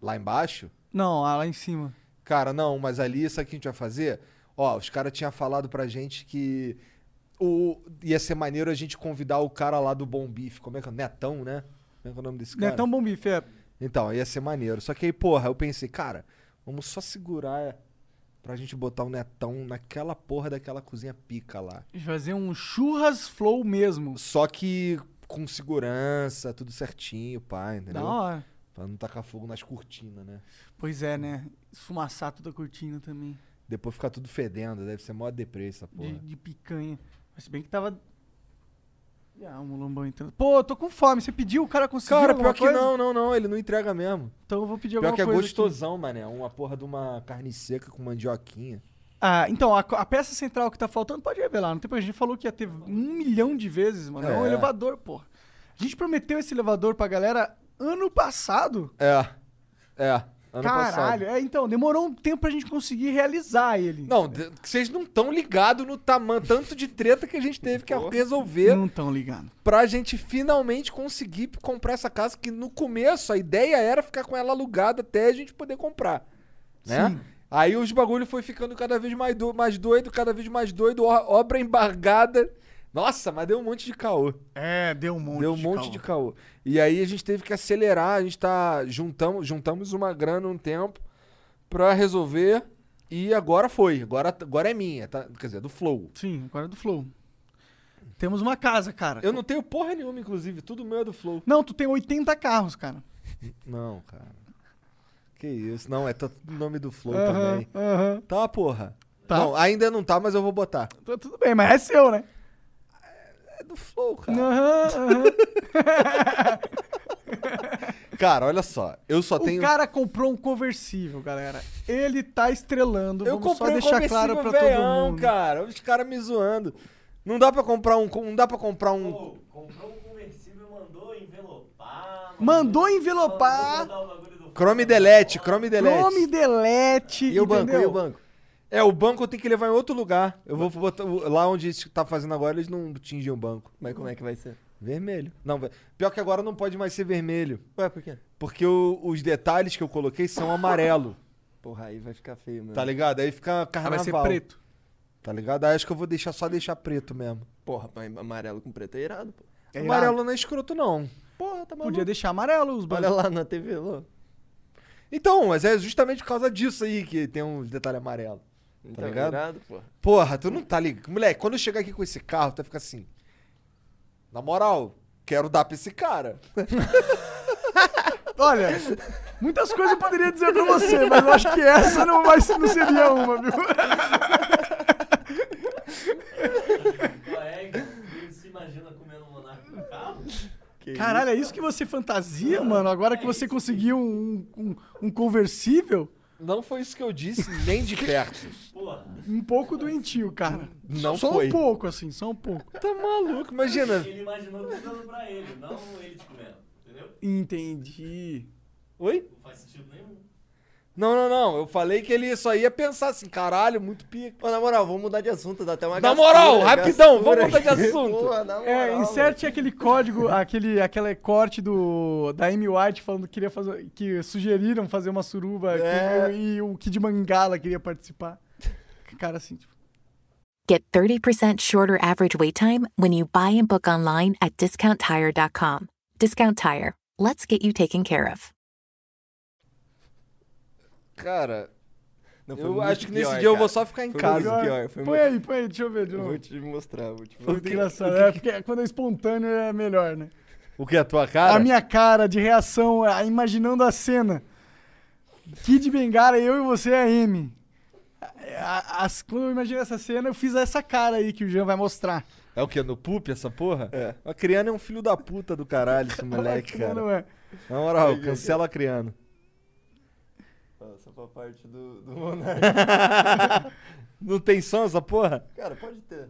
Lá embaixo?
Não, ah, lá em cima.
Cara, não, mas ali, sabe o que a gente vai fazer? Ó, os caras tinham falado pra gente que o, ia ser maneiro a gente convidar o cara lá do Bom Bife. Como é que é? Netão, né? Como é que é o nome desse cara?
Netão Bom Bife, é.
Então, ia ser maneiro. Só que aí, porra, eu pensei, cara, vamos só segurar pra gente botar o Netão naquela porra daquela cozinha pica lá.
Fazer um churras flow mesmo.
Só que com segurança, tudo certinho, pá, entendeu?
Da hora.
Pra não tacar fogo nas cortinas, né?
Pois é, né? Esfumaçar toda a cortina também.
Depois ficar tudo fedendo, deve ser mó deprê essa porra.
De, de picanha. Mas se bem que tava. Ah, um lombão entrando. Pô, eu tô com fome. Você pediu, o cara conseguiu
Cara,
alguma
pior que
coisa?
não, não, não, ele não entrega mesmo.
Então eu vou pedir
Pior
alguma
que é
coisa. aqui.
gostosão, mané. Uma porra de uma carne seca com mandioquinha.
Ah, então, a, co- a peça central que tá faltando, pode revelar. Não tem problema. A gente falou que ia ter um milhão de vezes, mano. É um
É.
elevador, porra. A gente prometeu esse elevador pra galera ano passado.
É. É. Ano passado.
Caralho. É, então, demorou um tempo pra gente conseguir realizar ele.
Não, de- vocês não estão ligados no tamanho, tanto de treta que a gente teve que resolver
Não tão ligando.
pra gente finalmente conseguir comprar essa casa que no começo a ideia era ficar com ela alugada até a gente poder comprar, né?
Sim.
Aí os bagulho foi ficando cada vez mais, do- mais doido, cada vez mais doido, ó- obra embargada. Nossa, mas deu um monte de caô.
É, deu um monte
Deu um monte de caô. E aí a gente teve que acelerar, a gente tá. Juntamos, juntamos uma grana um tempo pra resolver. E agora foi. Agora, agora é minha, tá? Quer dizer, do Flow.
Sim, agora é do Flow. Temos uma casa, cara.
Eu não tenho porra nenhuma, inclusive. Tudo meu é do Flow.
Não, tu tem 80 carros, cara.
Não, cara. Que isso. Não, é tá tudo no nome do Flow
Aham,
também.
aham.
Tá, porra.
Tá.
Não, ainda não tá, mas eu vou botar.
Tá tudo bem, mas é seu, né?
É do Flow, cara.
Aham, aham.
Cara, olha só. Eu só
O
tenho.
cara comprou um conversível, galera. Ele tá estrelando.
Eu
Vamos só
comprei um
deixar
conversível
claro pra
veião,
todo mundo.
cara. Os caras me zoando. Não dá pra comprar um. Não dá pra comprar um.
Pô, comprou um conversível, mandou envelopar.
Mandou envelopar.
mandou botar o bagulho do
Chrome
fundo.
Delete, Chrome Delete.
Chrome delete.
E o banco,
entendeu?
e o banco?
É, o banco eu tenho que levar em outro lugar. Eu vou botar. o- Lá onde isso tá fazendo agora, eles não tingem o banco.
Mas como é que vai ser?
Vermelho. Não, ve- pior que agora não pode mais ser vermelho.
Ué, por quê?
Porque o- os detalhes que eu coloquei são amarelo,
Porra, aí vai ficar feio mesmo.
tá ligado? Aí fica
Ah,
carnaval.
vai ser preto.
Tá ligado? Aí acho que eu vou deixar só deixar preto mesmo.
Porra, mas amarelo com preto é irado, pô.
É irado.
amarelo não é escroto, não.
Porra, tá maluco.
Podia deixar amarelo os
Olha
bancos.
lá na TV, louco.
Então, mas é justamente por causa disso aí que tem uns detalhes amarelo.
Então,
ligado?
É irado, porra.
Porra, tu não tá ligado. Moleque, quando eu chegar aqui com esse carro, tu vai ficar assim. Na moral, quero dar pra esse cara.
Olha, muitas coisas eu poderia dizer pra você, mas eu acho que essa não, vai, ser- não seria uma, viu?
Qual é? Ele se imagina comendo um monarca no carro?
Caralho, é isso que você fantasia, mano? Agora que você conseguiu um, um, um conversível,
Não foi isso que eu disse, nem de perto.
Porra.
um pouco doentio, cara.
Não
só
foi.
um pouco, assim, só um pouco.
Tá maluco, imagina.
Ele imaginou tudo dando pra ele, não ele te comendo. Entendeu?
Entendi.
Oi?
Não faz sentido nenhum.
Não, não, não. Eu falei que ele só ia pensar assim, caralho, muito pica.
Ô, na moral, vamos mudar de assunto, dá até uma
Na moral,
gastura,
rapidão,
gastura
vamos mudar de
aqui.
assunto.
Porra, na moral,
É, inserte aquele código, aquele, aquele corte do, da Amy White falando que queria fazer. que sugeriram fazer uma suruba
É.
que- e o Kid Mangala queria participar. Cara, assim, tipo.
Get 30% shorter average wait time when you buy and book online at discounttire.com. Discount Tire. Let's get you taken care of.
Cara,
Não, foi
eu
muito
acho que nesse
pior,
dia eu vou
cara.
só ficar em
Foi
casa.
muito pior, foi
põe
muito-
aí, põe aí, deixa eu ver de
Eu
novo.
Vou te mostrar, vou te
Foi
mostrar.
muito engraçado. É, porque quando é espontâneo é melhor, né?
O que, a tua cara?
A minha cara de reação, a- imaginando a cena. Kid Bengala, eu e você, a M. A- a- as- quando eu imaginei essa cena, eu fiz essa cara aí que o Jean vai mostrar.
É o que? No poop, essa porra?
É.
A Criano é um filho da puta do caralho, esse moleque,
Não,
cara.
não é.
Na moral, cancela a Criano.
Ó, Só pra parte do, do Monark.
Não tem som essa porra?
Cara, pode ter.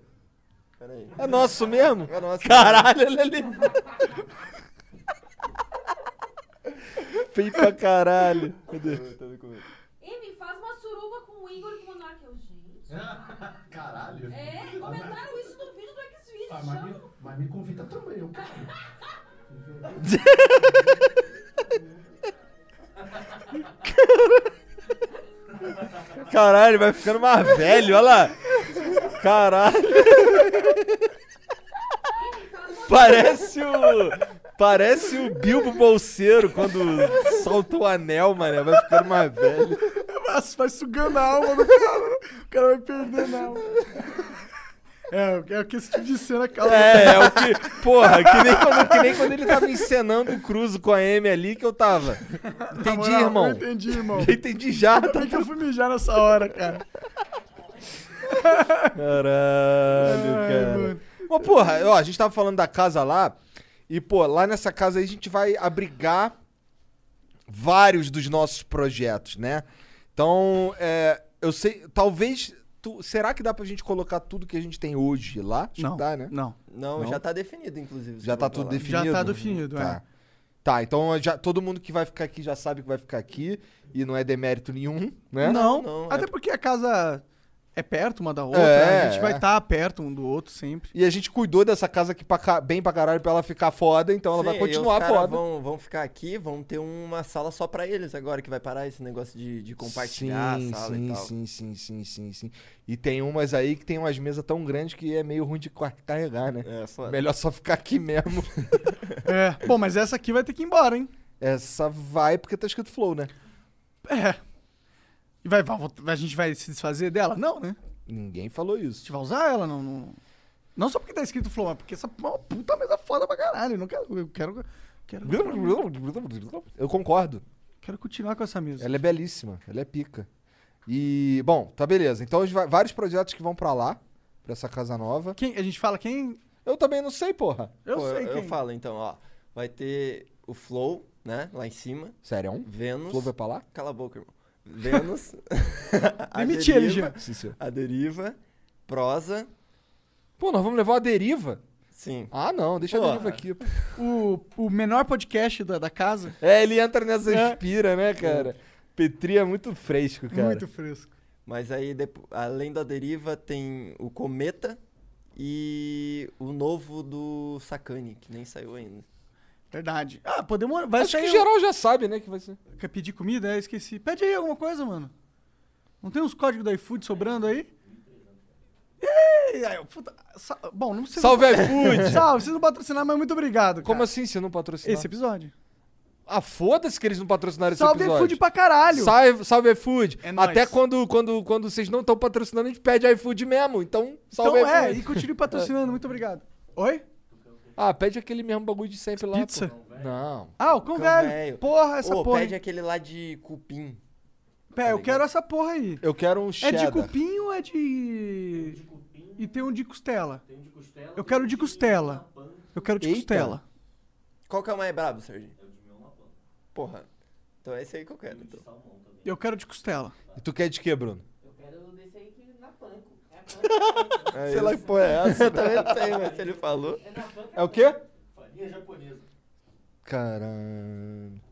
Pera aí.
É nosso mesmo?
É nosso.
Caralho, ele ali. Feio pra caralho. Cadê?
Tá no começo.
Amy, faz uma suruba com o Igor e com o Monark. Eu, gente. Caralho. É, comentaram isso no vídeo do X-Videos.
Ah, mas,
chama.
me, mas me convida também. Eu... quero.
Caralho, vai ficando mais velho, olha lá. Caralho! Parece o. Parece o Bilbo Bolseiro quando solta o anel, mané. É, Vai ficando mais velho.
Nossa, vai sugando a alma do cara. né? O cara vai perdendo a alma. É, o- é o que esse tipo de cena causa.
É, é o que. Porra, que nem, quando, que nem quando ele tava encenando o Cruzo com a M ali que eu tava.
Na
Entendi,
moral,
irmão.
Eu entendi, irmão. tá
Já entendi já. tá?
Por que que eu fui mijar nessa hora, cara?
Caralho,
Ai,
cara.
mano.
Mas, porra, ó, a gente tava falando da casa lá. E, pô, lá nessa casa aí a gente vai abrigar vários dos nossos projetos, né? Então, é, eu sei. Talvez. tu- será que dá pra gente colocar tudo que a gente tem hoje lá? Acho que
Não,
dá, né?
não.
Não,
Não?
já tá definido, inclusive.
Já tá tudo
Já
definido?
tá definido,
Tá. Tá, então já, todo mundo que vai ficar aqui já sabe que vai ficar aqui. E não é demérito nenhum, né?
é. Não,
Não,
até
é-
porque a casa é perto uma da outra.
É,
né? a gente vai
é.
estar perto um do outro sempre.
E a gente cuidou dessa casa aqui pra ca- bem pra caralho pra ela ficar foda, então ela vai continuar foda.
Vão, vão ficar aqui, vão ter uma sala só pra eles agora, que vai parar esse negócio de, de compartilhar
sim,
a sala
sim,
e tal.
Sim, sim, sim, sim, sim. E tem umas aí que tem umas mesas tão grandes que é meio ruim de car- carregar, né?
É, foda.
Melhor só ficar aqui mesmo.
É. Bom, mas essa aqui vai ter que ir embora, hein?
Essa vai porque tá escrito flow, né?
É. E vai, vai- a gente vai se desfazer dela? Não, né? A
Ninguém falou
gente
Tipo,
isso.
vai usar ela, não. Não, não só porque tá escrito Flow, mas porque essa é uma puta mesa foda pra caralho. Eu não quero. Eu quero, quero,
Eu concordo.
quero continuar com essa mesa.
Ela é belíssima, ela é pica. E, bom, tá beleza. Então, a gente vai- vários projetos que vão pra lá, pra essa casa nova.
Quem, a gente fala quem.
Eu também não sei, porra.
Eu
Pô,
sei
eu,
quem.
falo, então, ó. Vai ter o Flow, né? Lá em cima.
Sério, é um?
Vênus.
Flow vai pra lá?
Cala a boca, irmão. Vênus. a
Demiti ele
deriva-
já.
Sim, senhor.
A deriva. Prosa.
Pô, nós vamos levar a deriva?
Sim.
Ah, não, deixa a
Porra.
deriva aqui. pô.
O, o menor podcast da, da casa.
É, ele entra nessa
É.
espira, né, cara? Petri é muito fresco, cara.
Muito fresco.
Mas aí, depo- além da deriva, tem o Cometa e o novo do Sakane, que nem saiu ainda.
Verdade. Ah, podemos. Vai
Acho
sair.
que geral já sabe, né, que vai ser.
Quer pedir comida? É, esqueci. Pede aí alguma coisa, mano. Não tem uns códigos do iFood sobrando aí? Ei, ai, puta, sa- bom, não precisa.
Salve iFood!
Salve, vocês não patrocinar, mas muito obrigado.
Como
cara.
assim, se não patrocinar?
Esse episódio.
Ah, foda-se que eles não patrocinaram esse
Salve
episódio.
iFood pra caralho.
Salve, salve iFood.
É nóis.
Até quando, quando, quando vocês não estão patrocinando, a gente pede iFood mesmo. Então,
então
salve
é,
iFood.
e continue patrocinando, muito obrigado. Oi?
Ah, pede aquele mesmo bagulho de sempre lá.
Pizza?
pô. Não.
Ah, o cão
Cão
velho.
velho.
Porra, essa
Ô,
porra.
pede
hein?
aquele lá de cupim.
Pé, eu quero essa porra aí.
Eu quero um
É
cheddar.
de cupim ou é de. E tem um de costela. Eu quero de costela. Eu quero de
Eita.
costela.
Qual que é o mais brabo, Serginho? É o de Porra. Então é esse aí que eu quero. então.
Eu quero de costela.
E tu quer de quê, Bruno?
Eu quero desse aí que na panco. É a
É
Sei lá que
isso.
porra é essa.
Eu também não sei, mas se ele falou.
é o quê?
farinha japonesa.
Caramba.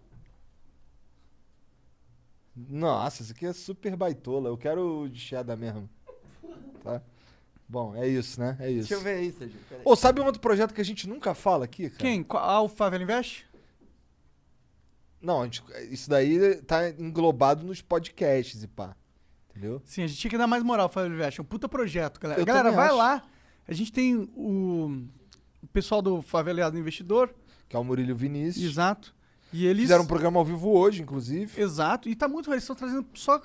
Nossa, isso aqui é super baitola. Eu quero o de cheddar mesmo. Tá? Bom, é isso, né? É isso.
Deixa eu ver aí, Serginho. peraí.
Ô, sabe um outro projeto que a gente nunca fala aqui, cara?
Quem? Qual- A Favela Invest?
Não, a gente- isso daí tá englobado nos podcasts e pá. Entendeu?
Sim, a gente tinha que dar mais moral ao Favela Invest. É um puta projeto, galera.
Eu
galera,
também
vai
acho.
lá. A gente tem o, o pessoal do Faveleado Investidor,
Que é o Murilo Vinícius.
exato. E eles.
Fizeram um programa ao vivo hoje, inclusive.
Exato. E tá muito. Eles estão trazendo só.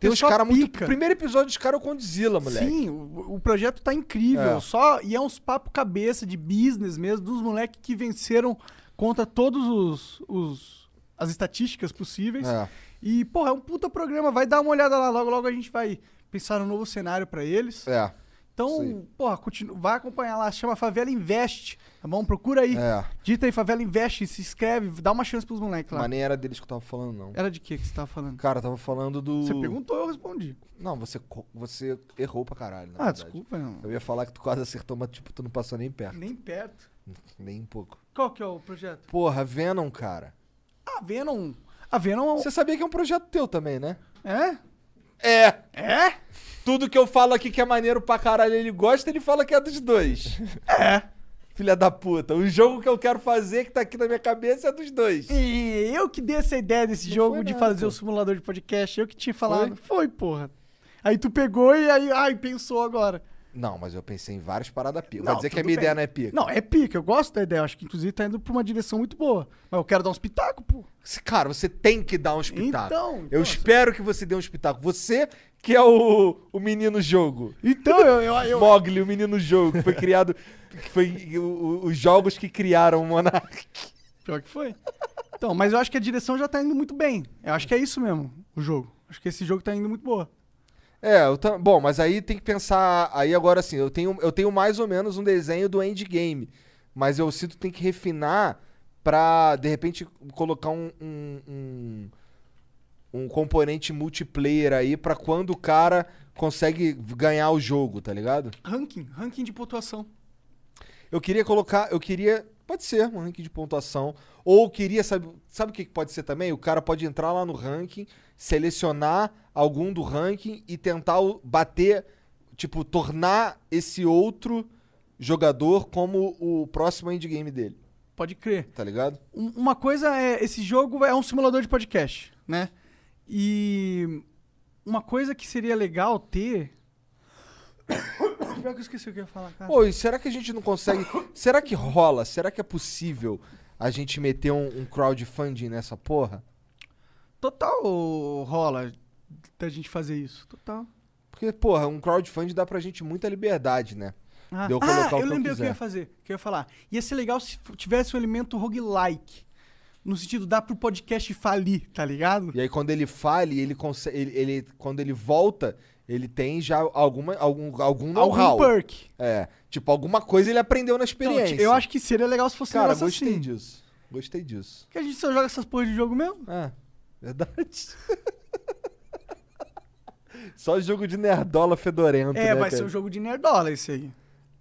Tem uns
pessoal
caras muito.
pica.
Primeiro episódio, os caras com Godzilla, moleque.
Sim, o, o projeto tá incrível.
É.
Só, e é uns papo cabeça de business mesmo, dos moleques que venceram contra todos os. os- as estatísticas possíveis.
É.
E, porra, é um puta programa. Vai dar uma olhada lá. Logo, logo a gente vai pensar num novo cenário pra eles.
É. Isso
Então, porra, continua, vai acompanhar lá, chama Favela Invest, tá bom? Procura aí.
É.
Dita aí Favela Invest, se inscreve, dá uma chance pros moleques lá.
Mas nem era deles que eu tava falando, não.
Era de que que você tava falando?
Cara, eu tava falando do.
Você perguntou, eu respondi.
Não, você, co- você errou pra caralho, na
ah,
verdade.
desculpa, não.
Eu ia falar que tu quase acertou, mas tipo, tu não passou nem perto.
Nem perto.
Nem um pouco.
Qual que é o projeto?
Porra, Venom, cara.
Ah, A Venom. A Venom
Você sabia que é um projeto teu também, né?
é?
É!
É?
Tudo que eu falo aqui que é maneiro pra caralho, ele gosta, ele fala que é dos dois.
É.
Filha da puta. O jogo que eu quero fazer, que tá aqui na minha cabeça, é dos dois.
E eu que dei essa ideia desse
Não
jogo
foi
de
nada,
fazer
pô.
o simulador de podcast, eu que tinha falado. Foi, porra. Aí tu pegou e aí, ai, pensou agora.
Não, mas eu pensei em várias paradas pica. Vai
Não,
dizer que
tudo
a minha
bem.
ideia não é pica.
Não, é pica, eu gosto da ideia. Eu acho que inclusive tá indo pra uma direção muito boa. Mas eu quero dar uns pitacos, pô.
Se- Cara, você tem que dar um espetáculo.
Então, então,
eu espero que você dê um espetáculo. Você que é o, o menino jogo.
Então, eu,
Ah,
eu, eu-
Mogli, o menino jogo, que foi criado. que foi o- o- os jogos que criaram o Monark.
Pior que foi. Então, mas eu acho que a direção já tá indo muito bem. Eu acho que é isso mesmo, o jogo. Acho que esse jogo tá indo muito boa.
É, eu tam- bom, mas aí tem que pensar. Aí agora assim, eu tenho, eu tenho mais ou menos um desenho do endgame. Mas eu sinto que tem que refinar pra, de repente, colocar um. um, um- um componente multiplayer aí pra quando o cara consegue ganhar o jogo, tá ligado?
Ranking, ranking de pontuação.
Eu queria colocar, eu queria, pode ser um ranking de pontuação, ou eu queria, sabe, sabe o que que pode ser também? O cara pode entrar lá no ranking, selecionar algum do ranking e tentar o- bater, tipo, tornar esse outro jogador como o próximo endgame dele,
Pode crer.
tá ligado?
Um- uma coisa é. Esse jogo é um simulador de podcast, né? E. Uma coisa que seria legal ter. Pior que eu esqueci o que eu ia falar, cara.
Pô, e será que a gente não consegue, será que rola, será que é possível a gente meter um, um crowdfunding nessa porra?
Total rola da gente fazer isso. Total.
Porque, porra, um crowdfunding dá pra gente muita liberdade, né?
Ah,
De eu colocar o que eu
eu lembrei o que eu
quiser.
ia fazer, o que eu ia falar. Ia ser legal se f- tivesse um elemento roguelike. No sentido, dá pro podcast falir, tá ligado?
E aí quando ele fale, ele, conse- ele, ele- quando ele volta, ele tem já alguma algum algum
Algum
know-how.
perk.
É, tipo alguma coisa ele aprendeu na
Então,
experiência.
eu acho que seria legal se fosse um
cara,
negócio
gostei
assim.
disso. Gostei disso.
Que a gente só joga essas porras de jogo mesmo.
Ah, verdade. Só jogo de nerdola fedorento,
É,
né,
vai
cara?
ser um assim, né? jogo de nerdola esse aí.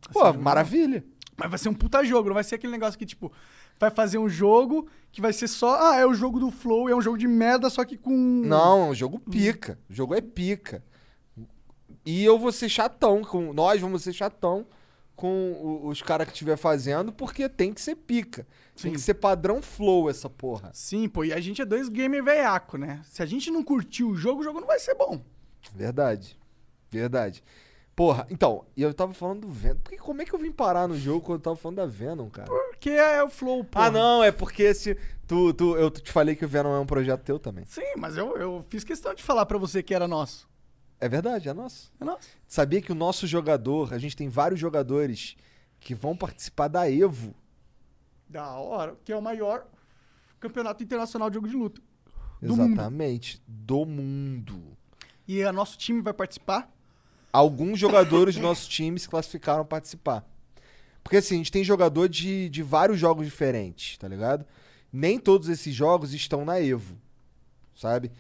um
Pô, maravilha.
Mas vai ser um puta jogo, não vai ser aquele negócio que, tipo, vai fazer um jogo que vai ser só, ah, é o jogo do Flow, é um jogo de merda, só que com.
Não, o jogo pica. O jogo é pica. E eu vou ser chatão com. Nós vamos ser chatão com o- os caras que estiver fazendo, porque tem que ser pica. Tem
Sim.
que ser padrão flow essa porra.
Sim, pô, e a gente é dois gamer veiaco, né? Se a gente não curtir o jogo, o jogo não vai ser bom.
Verdade. Verdade. Porra, então, e eu tava falando do Venom. Porque como é que eu vim parar no jogo quando eu tava falando da Venom, cara?
Porque é o Flow, pô.
Ah, não, é porque esse. Tu, tu, eu te falei que o Venom é um projeto teu também.
Sim, mas eu, eu fiz questão de falar pra você que era nosso.
É verdade, é nosso.
É nosso.
Sabia que o nosso jogador, a gente tem vários jogadores que vão participar da Evo.
Da hora, que é o maior campeonato internacional de jogo de luta. Do mundo.
Exatamente. Do mundo.
E o nosso time vai participar.
Alguns jogadores do nosso time se classificaram a participar. Porque assim, a gente tem jogador de, de vários jogos diferentes, tá ligado? Nem todos esses jogos estão na Evo. Sabe?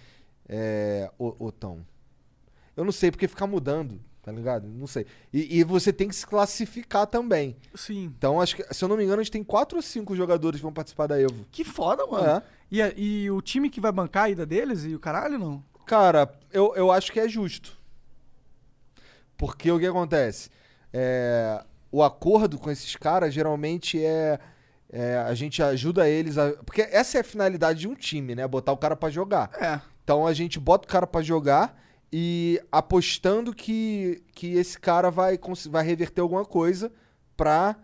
É. O, tão. Eu não sei porque fica mudando, tá ligado? Não sei. E- e você tem que se classificar também.
Sim.
Então, acho que, se eu não me engano, a gente tem quatro ou cinco jogadores que vão participar da Evo.
Que foda, mano.
É.
E, a- e o time que vai bancar a ida deles e o caralho, não?
Cara, eu, eu acho que é justo. Porque o que acontece? É, o acordo com esses caras geralmente é, é, A gente ajuda eles a. Porque essa é a finalidade de um time, né? Botar o cara pra jogar.
É.
Então a gente bota o cara pra jogar e apostando que, que esse cara vai, cons- vai reverter alguma coisa pra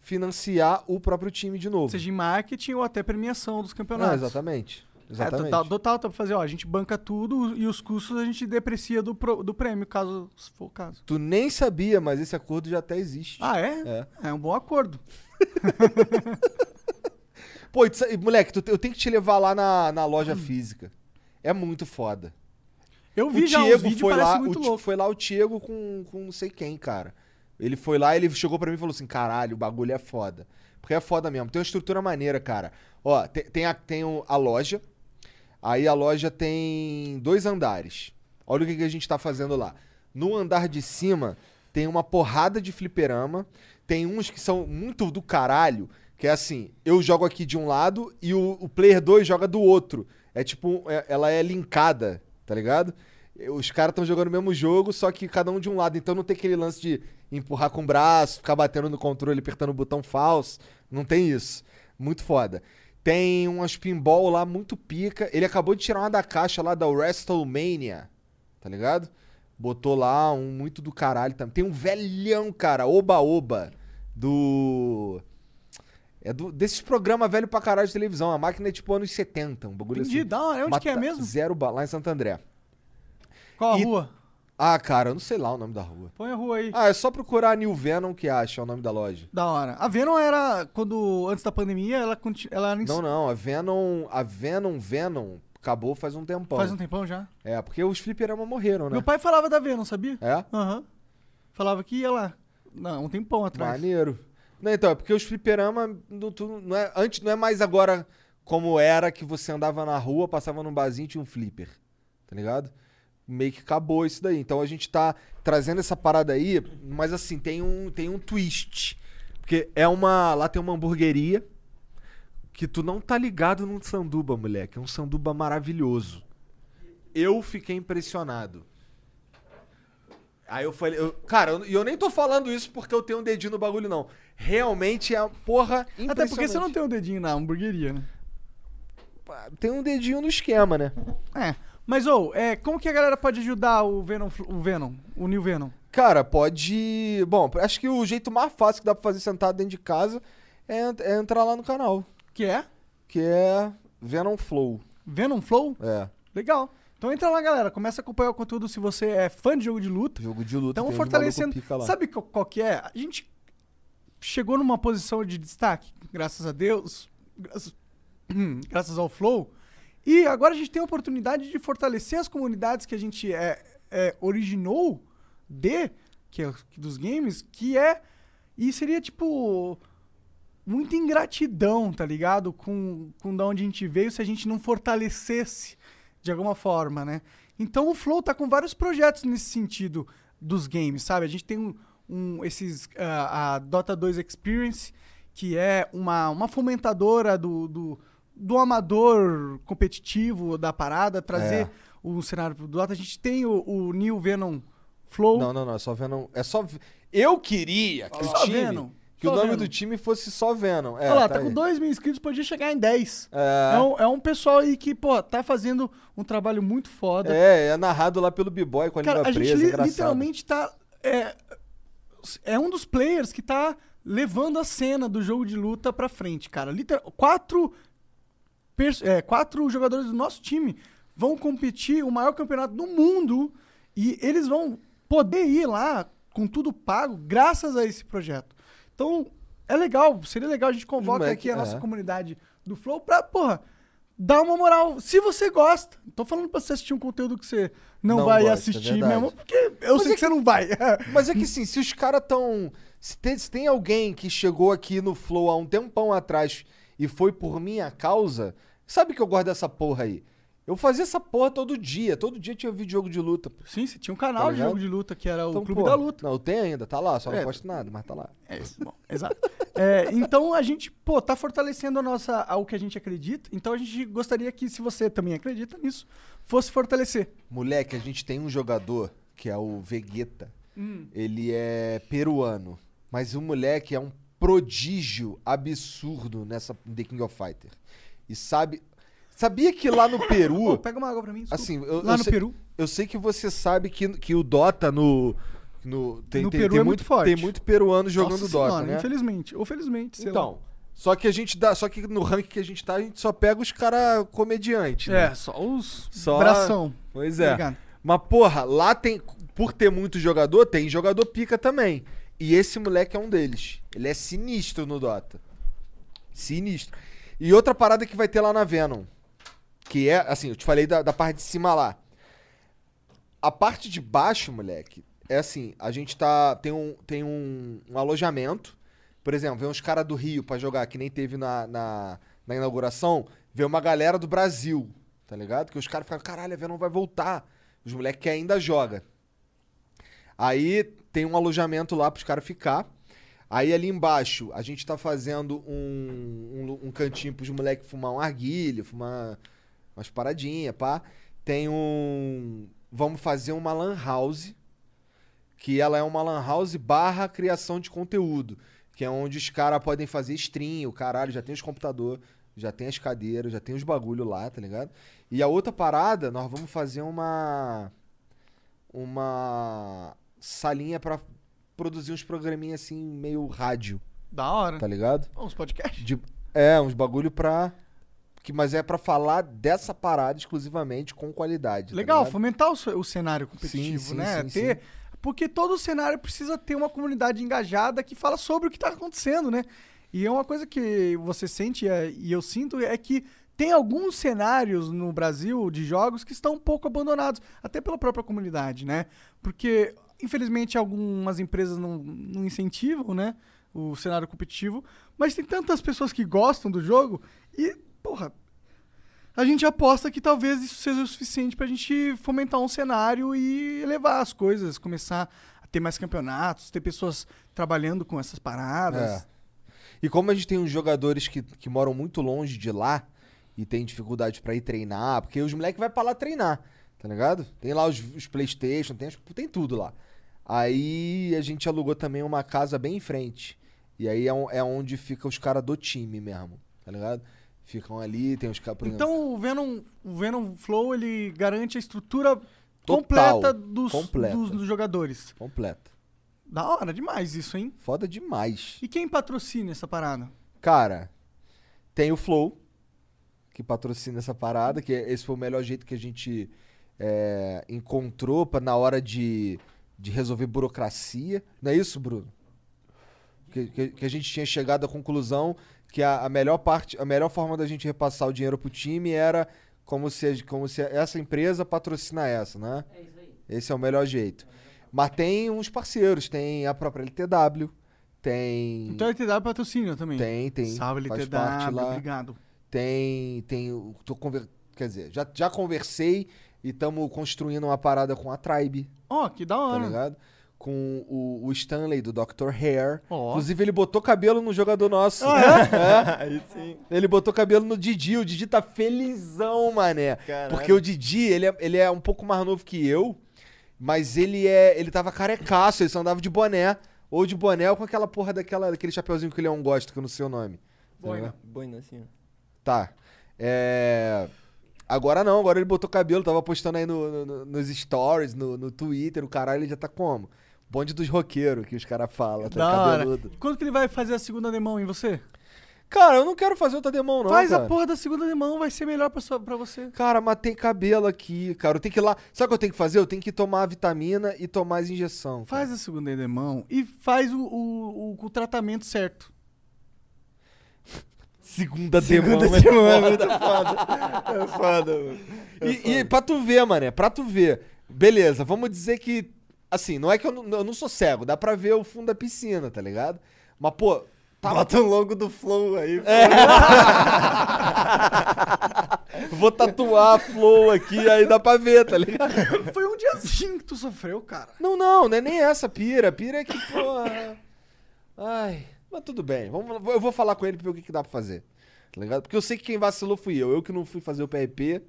financiar o próprio time de novo.
Seja em marketing ou até premiação dos
Não,
campeonatos.
exatamente.
É,
Exatamente.
total, total, tá pra fazer, ó, a gente banca tudo e os custos a gente deprecia do, pro- do prêmio, caso se for o caso.
Tu nem sabia, mas esse acordo já até existe.
Ah, é?
É.
É, um bom acordo.
Pô, e tu sa- e, moleque, tu te- eu tenho que te levar lá na, na loja física. É muito foda.
Eu vi
o
já
Diego
uns vídeos,
foi
parece
lá,
muito
o, Ti-
louco.
foi lá o Diego com, com não sei quem, cara. Ele foi lá, ele chegou pra mim e falou assim: caralho, o bagulho é foda. Porque é foda mesmo. Tem uma estrutura maneira, cara. Ó, te- tem, a, tem o- a loja. Aí a loja tem dois andares. Olha o que, que a gente tá fazendo lá. No andar de cima tem uma porrada de fliperama. Tem uns que são muito do caralho. Que é assim, eu jogo aqui de um lado e o, o player 2 joga do outro. É tipo, é- ela é linkada, tá ligado? E Os caras estão jogando o mesmo jogo, só que cada um de um lado. Então não tem aquele lance de empurrar com o braço, ficar batendo no controle, apertando o botão falso. Não tem isso. Muito foda. Tem umas pinball lá muito pica. Ele acabou de tirar uma da caixa lá da WrestleMania, tá ligado? Botou lá um muito do caralho também. Tem um velhão, cara, oba-oba, do... É do, desses programas velho pra caralho de televisão. A máquina é tipo anos 70, um bagulho
Entendi,
assim.
da hora. Onde que é
Mata-
mesmo?
Zero bala, lá em Santo André.
Qual a
E-
rua?
Ah, cara, eu não sei lá o nome da rua.
Põe a rua aí.
Ah, é só procurar a New Venom que acha é o nome da loja.
Da hora. A Venom era, quando, antes da pandemia, ela, conti- ela era em-
Não, não, a Venom, a Venom, Venom acabou faz um tempão.
faz um tempão já.
É, porque os fliperamas morreram, né?
Meu pai falava da Venom, sabia?
É,
Aham. Falava que ia lá. Não, um tempão atrás.
maneiro. Não, então, é porque os fliperamas não, tu- não é, antes não é mais agora como era que você andava na rua, passava num barzinho e tinha um flipper. Tá ligado? Meio que acabou isso daí. Então a gente tá trazendo essa parada aí, mas assim, tem um, tem um twist. Porque é uma. Lá tem uma hamburgueria que tu não tá ligado num sanduba, moleque. É um sanduba maravilhoso. Eu fiquei impressionado. Aí eu falei, eu- cara, eu- e eu, nem tô falando isso porque eu tenho um dedinho no bagulho, não. Realmente é a porra impressionante.
Até porque você não tem o dedinho na hamburgueria, né?
tem um dedinho no esquema, né?
É. Mas, ô, é, como que a galera pode ajudar o Venom, Fl- o Venom, o New Venom?
Cara, pode. Bom, acho que o jeito mais fácil que dá pra fazer sentado dentro de casa é, ent- é entrar lá no canal,
Que é
que é Venom Flow.
Venom Flow.
É,
Legal. Então entra lá, galera. Começa a acompanhar o conteúdo se você é fã de jogo de luta.
jogo de luta.
Então
tem uns
fortalecendo.
maluco pica lá.
Sabe qual, qual que é? A gente chegou numa posição de destaque, graças a Deus, graças, graças ao Flow. E agora a gente tem a oportunidade de fortalecer as comunidades que a gente é, é, originou de, que é, dos games, que é. E seria tipo. Muita ingratidão, tá ligado? Com, com da onde a gente veio se a gente não fortalecesse de alguma forma, né? Então o Flow tá com vários projetos nesse sentido dos games, sabe? A gente tem um, um- esses ah, a Dota 2 Experience, que é uma, uma fomentadora do, do, do amador competitivo da parada,
É.
trazer o cenário pro Dota. A gente tem o, o New Venom Flow.
Não, não, não, é só Venom. É só. Eu queria que o
Só
time.
Venom.
Que o
Só
nome
Venom.
do time fosse só Venom. É,
Olha lá, tá, com
aí.
2 mil inscritos, podia chegar em 10.
É.
É, um, é um pessoal aí que, pô, tá fazendo um trabalho muito foda.
É, é narrado lá pelo B-Boy com a
Cara,
língua
a gente
presa,
li-
engraçado.
literalmente tá. É, é um dos players que tá levando a cena do jogo de luta pra frente, cara. Liter quatro, pers- é, quatro jogadores do nosso time vão competir o maior campeonato do mundo e eles vão poder ir lá com tudo pago graças a esse projeto. Então, é legal, seria legal a gente convoca
Moleque,
aqui a nossa
é.
comunidade do Flow pra, porra, dar uma moral. Se você gosta, tô falando pra você assistir um conteúdo que você não,
Não
vai
gosta, é
assistir
verdade.
mesmo, porque eu sei é que, você não vai.
Mas é que assim, se os caras tão. Se tem, se tem alguém que chegou aqui no Flow há um tempão atrás e foi por minha causa, sabe que eu gosto dessa porra aí? Eu fazia essa porra todo dia. Todo dia tinha vídeo de jogo de luta.
Sim, você tinha um canal de
Tá ligado?
jogo de luta que era o
Então,
Clube
pô,
da Luta.
Não, eu tenho ainda, tá lá, só
É.
não posto nada, mas tá lá.
É isso, bom, exato. É, então a gente, pô, tá fortalecendo a nossa, ao que a gente acredita. Então a gente gostaria que, se você também acredita nisso, fosse fortalecer.
Moleque, a gente tem um jogador que é o Vegeta.
Hum.
Ele é peruano. Mas o moleque é um prodígio absurdo nessa em The King of Fighter. E sabe. Sabia que lá no Peru.
Pô, pega uma água pra mim. desculpa.
Assim, eu,
Lá
eu
no
sei,
Peru.
Eu sei que você sabe que, que o Dota no. No, tem,
No
tem-
Peru
tem
é muito forte.
Tem muito peruano jogando
Nossa
Dota,
senhora,
né?
Infelizmente, ou felizmente, sei
Então, só que a gente dá, só que no ranking que a gente tá, a gente só pega os cara comediante,
lá.
né?
É, só os
Só-
bração.
Pois é.
Obrigado.
Mas porra, lá tem por ter muito jogador, tem jogador pica também. E esse moleque é um deles. Ele é sinistro no Dota. Sinistro. E outra parada que vai ter lá na Venom, que é, assim, eu te falei da, da parte de cima lá. A parte de baixo, moleque, é assim, a gente tá. Tem um, tem um, um alojamento. Por exemplo, vem uns caras do Rio pra jogar, que nem teve na, na, na inauguração, vem uma galera do Brasil, tá ligado? Que os caras ficam, caralho, a Venom vai voltar. Os moleques que ainda joga. Aí tem um alojamento lá pros caras ficar. Aí ali embaixo a gente tá fazendo um, um, lu- um cantinho pros moleques fumar um arguilho, fumar umas paradinhas, pá. Tem um. Vamos fazer uma lan house, que ela é uma lan house barra criação de conteúdo. Que é onde os caras podem fazer stream, o caralho, já tem os computador, já tem as cadeiras, já tem os bagulho lá, tá ligado? E a outra parada, nós vamos fazer uma uma salinha pra produzir uns programinhas assim, meio rádio,
Da hora.
tá ligado?
Uns podcasts?
De- é, uns bagulho pra. Que, mas é pra falar dessa parada exclusivamente com qualidade. tá
Legal,
ligado?
fomentar o, seu- o cenário competitivo,
Sim, sim,
né?
sim,
Ter, Porque todo cenário precisa ter uma comunidade engajada que fala sobre o que está acontecendo, né? E é uma coisa que você sente é, e eu sinto é que tem alguns cenários no Brasil de jogos que estão um pouco abandonados, até pela própria comunidade, né? Porque, infelizmente, algumas empresas não, não incentivam, né? O cenário competitivo, mas tem tantas pessoas que gostam do jogo e, porra, a gente aposta que talvez isso seja o suficiente pra gente fomentar um cenário e elevar as coisas, começar a ter mais campeonatos, ter pessoas trabalhando com essas paradas.
É. E como a gente tem uns jogadores que, que moram muito longe de lá e tem dificuldade pra ir treinar, porque os moleques vai pra lá treinar, tá ligado? Tem lá os, os Playstation, tem, as- tem tudo lá. Aí a gente alugou também uma casa bem em frente. E aí é, on- é onde fica os caras do time mesmo, tá ligado? Ficam ali, tem os caras... por exemplo,
Então o Venom, o Venom Flow ele garante a estrutura
Total,
completa, dos,
completa.
dos- dos jogadores.
Completa.
Da hora demais isso, hein?
Foda demais.
E quem patrocina essa parada?
Hum. Cara, tem o Flow, que patrocina essa parada, que é, esse foi o melhor jeito que a gente é, encontrou pra, na hora de, de resolver burocracia. Não é isso, Bruno? Que, que- que a gente tinha chegado à conclusão que a, a melhor parte, a melhor forma da gente repassar o dinheiro pro time era como se, a- como se essa empresa patrocina essa, né?
É isso aí.
Esse é o melhor jeito. Mas tem uns parceiros, tem a própria LTW, tem.
Então a LTW patrocina também.
Tem, tem.
Salve
faz
LTW,
lá.
obrigado.
Tem, tem. o- Tô conver... Quer dizer, já, já conversei e estamos construindo uma parada com a Tribe,
Ó, que da
tá
hora.
ligado? Com o, o Stanley do Dr. Hair.
Ó. Ah, é?
Inclusive, ele botou cabelo no jogador nosso.
Aí sim.
É. Ele botou cabelo no Didi. O Didi tá felizão, mané.
Caralho.
Porque o Didi, ele é, ele é um pouco mais novo que eu, mas ele é. Ele tava carecaço, ele só andava de boné. Ou de boné ou com aquela porra daquela, daquele chapeuzinho que o Leão gosta, que eu não sei o nome. Boina.
Boina, assim, ó.
Tá. É... Agora não, agora ele botou cabelo, tava postando aí no- no- nos stories, no, no Twitter, o caralho, ele já tá como? Bonde dos roqueiros, que os caras falam, tá
Da hora.
cabeludo.
Quando que ele vai fazer a segunda demão em você?
Cara, eu não quero fazer o Tademão, não,
Faz
cara.
a porra da segunda demão, vai ser melhor pra, sua- pra você.
Cara, mas tem cabelo aqui, cara. Eu tenho que ir lá. Sabe o que eu tenho que fazer? Eu tenho que tomar a vitamina e tomar as injeção. cara.
Faz a segunda demão e faz o, o, o- o tratamento certo.
Tá
Segunda, demanda.
É foda, mano.
E, e pra tu ver, mané, pra tu ver. Beleza, vamos dizer que. Assim, não é que eu, não- eu não sou cego, dá pra ver o fundo da piscina, tá ligado? Mas, pô, tá
Bota um logo do Flow aí.
Vou tatuar a Flow aqui, aí dá pra ver, tá ligado?
Foi um diazinho que tu sofreu, cara.
Não, não, não é nem essa pira. Pira é que, porra. Ai. Mas tudo bem. Vamos, eu vou falar com ele pra ver o que, que dá pra fazer. Tá ligado? Porque eu sei que quem vacilou fui eu. Eu que não fui fazer o PRP.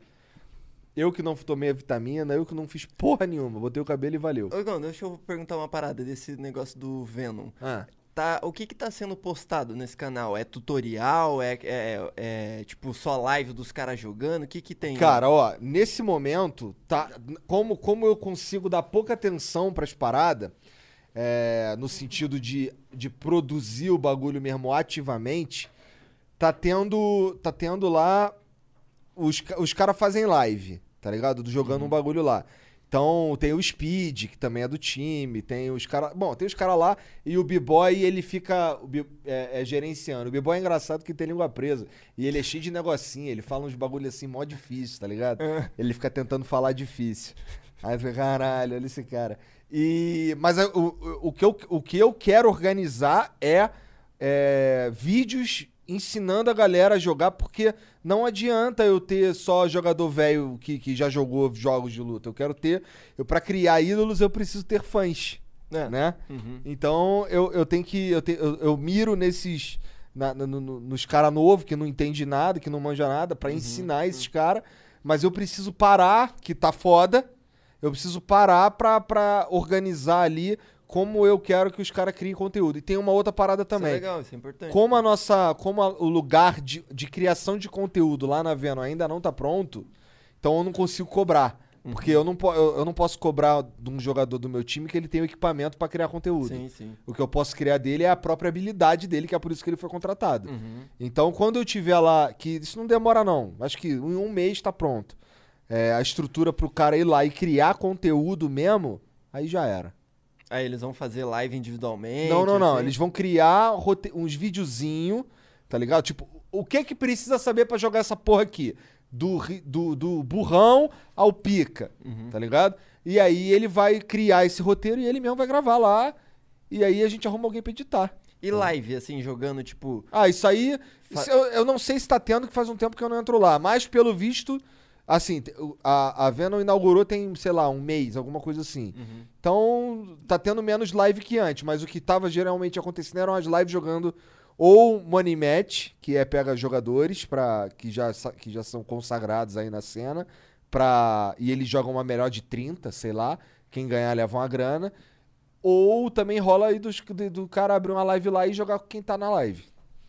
Eu que não tomei a vitamina. Eu que não fiz porra nenhuma. Botei o cabelo e valeu.
Ô, Igão, deixa eu perguntar uma parada desse negócio do Venom.
Ah.
Tá, o que que tá sendo postado nesse canal? É tutorial? É, é- é, tipo só live dos caras jogando? O que que tem?
Cara, ó, nesse momento, tá, como, como eu consigo dar pouca atenção pras paradas, é, no sentido de, de produzir o bagulho mesmo ativamente, tá tendo, tá tendo lá. Os, ca- os caras fazem live, tá ligado? Do- Jogando um bagulho lá. Então tem o Speed, que também é do time, tem os caras. Bom, tem os caras lá e o B-Boy ele fica o B- é, é, gerenciando. O B-Boy é engraçado que tem língua presa. E ele é cheio de negocinho, ele fala uns bagulho assim mó difícil, tá ligado? Ele fica tentando falar difícil. Aí você fica, caralho, olha esse cara. E, mas a- o, o, o que eu, o que eu quero organizar é, é, vídeos ensinando a galera a jogar, porque não adianta eu ter só jogador velho que, que já jogou jogos de luta. Eu quero ter. Eu, pra criar ídolos, eu preciso ter fãs.
É.
Né?
Uhum.
Então eu, eu tenho que. Eu, te- eu, eu miro nesses. na- na- no- no- nos caras novos que não entende nada, que não manja nada,
Uhum,
pra ensinar esses caras. Mas eu preciso parar, que tá foda. Eu preciso parar pra, pra organizar ali como eu quero que os caras criem conteúdo. E tem uma outra parada
Isso é
também.
legal, isso é importante.
Como a nossa. Como a- o lugar de, de criação de conteúdo lá na Venom ainda não tá pronto, então eu não consigo cobrar. Porque
Uhum.
eu não, po- eu, eu não posso cobrar de um jogador do meu time que ele tem o equipamento pra criar conteúdo.
Sim, sim.
O que eu posso criar dele é a própria habilidade dele, que é por isso que ele foi contratado.
Hum. Uhum.
Então, quando eu tiver lá, que isso não demora não, acho que em um mês tá pronto. É, a estrutura pro cara ir lá e criar conteúdo mesmo, aí já era.
Aí eles vão fazer live individualmente.
Não, não, não.
assim?
Eles vão criar rote- uns videozinho, tá ligado? Tipo, o que que precisa saber pra jogar essa porra aqui? Do, ri- do, do burrão ao pica, tá ligado? E aí ele vai criar esse roteiro e ele mesmo vai gravar lá. E aí a gente arruma alguém pra editar.
E live, assim, jogando, tipo.
Ah, isso aí.
Fa-
isso eu, eu não sei se tá tendo, que faz um tempo que eu não entro lá. Mas pelo visto, assim, te- o- a, a Venom inaugurou tem, sei lá, um mês, alguma coisa assim. Então, tá tendo menos live que antes. Mas o que tava geralmente acontecendo eram as lives jogando ou Money Match, que é pega jogadores pra, que, já, sa- que já são consagrados aí na cena. Pra, e eles jogam uma melhor de 30, sei lá. Quem ganhar leva uma grana. Ou também rola aí dos- do, do cara abrir uma live lá e jogar com quem tá na live.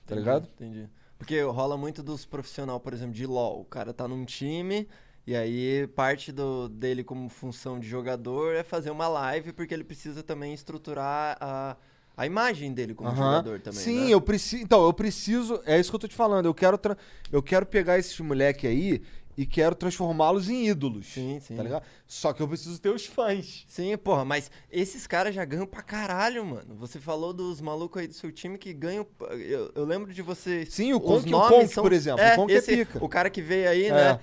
Tá
Entendi,
ligado?
Entendi. Porque rola muito dos profissional, por exemplo, de LoL. O cara tá num time e aí parte do, dele como função de jogador é fazer uma live porque ele precisa também estruturar a, a imagem dele como
Aham.
jogador também,
Sim,
né?
eu preciso. Então, eu preciso. É isso que eu tô te falando. Eu quero, tra- eu quero pegar esses moleque aí e quero transformá-los em ídolos.
Sim, sim.
Tá ligado? Só que eu preciso ter os fãs.
Sim, porra, mas esses caras já ganham pra caralho, mano. Você falou dos malucos aí do seu time que ganham. Eu, eu lembro de você.
Sim, o
os
Conk- o
nomes
Conk, por exemplo. O
É,
Conk é
esse,
pica.
O cara que veio aí,
É.
né?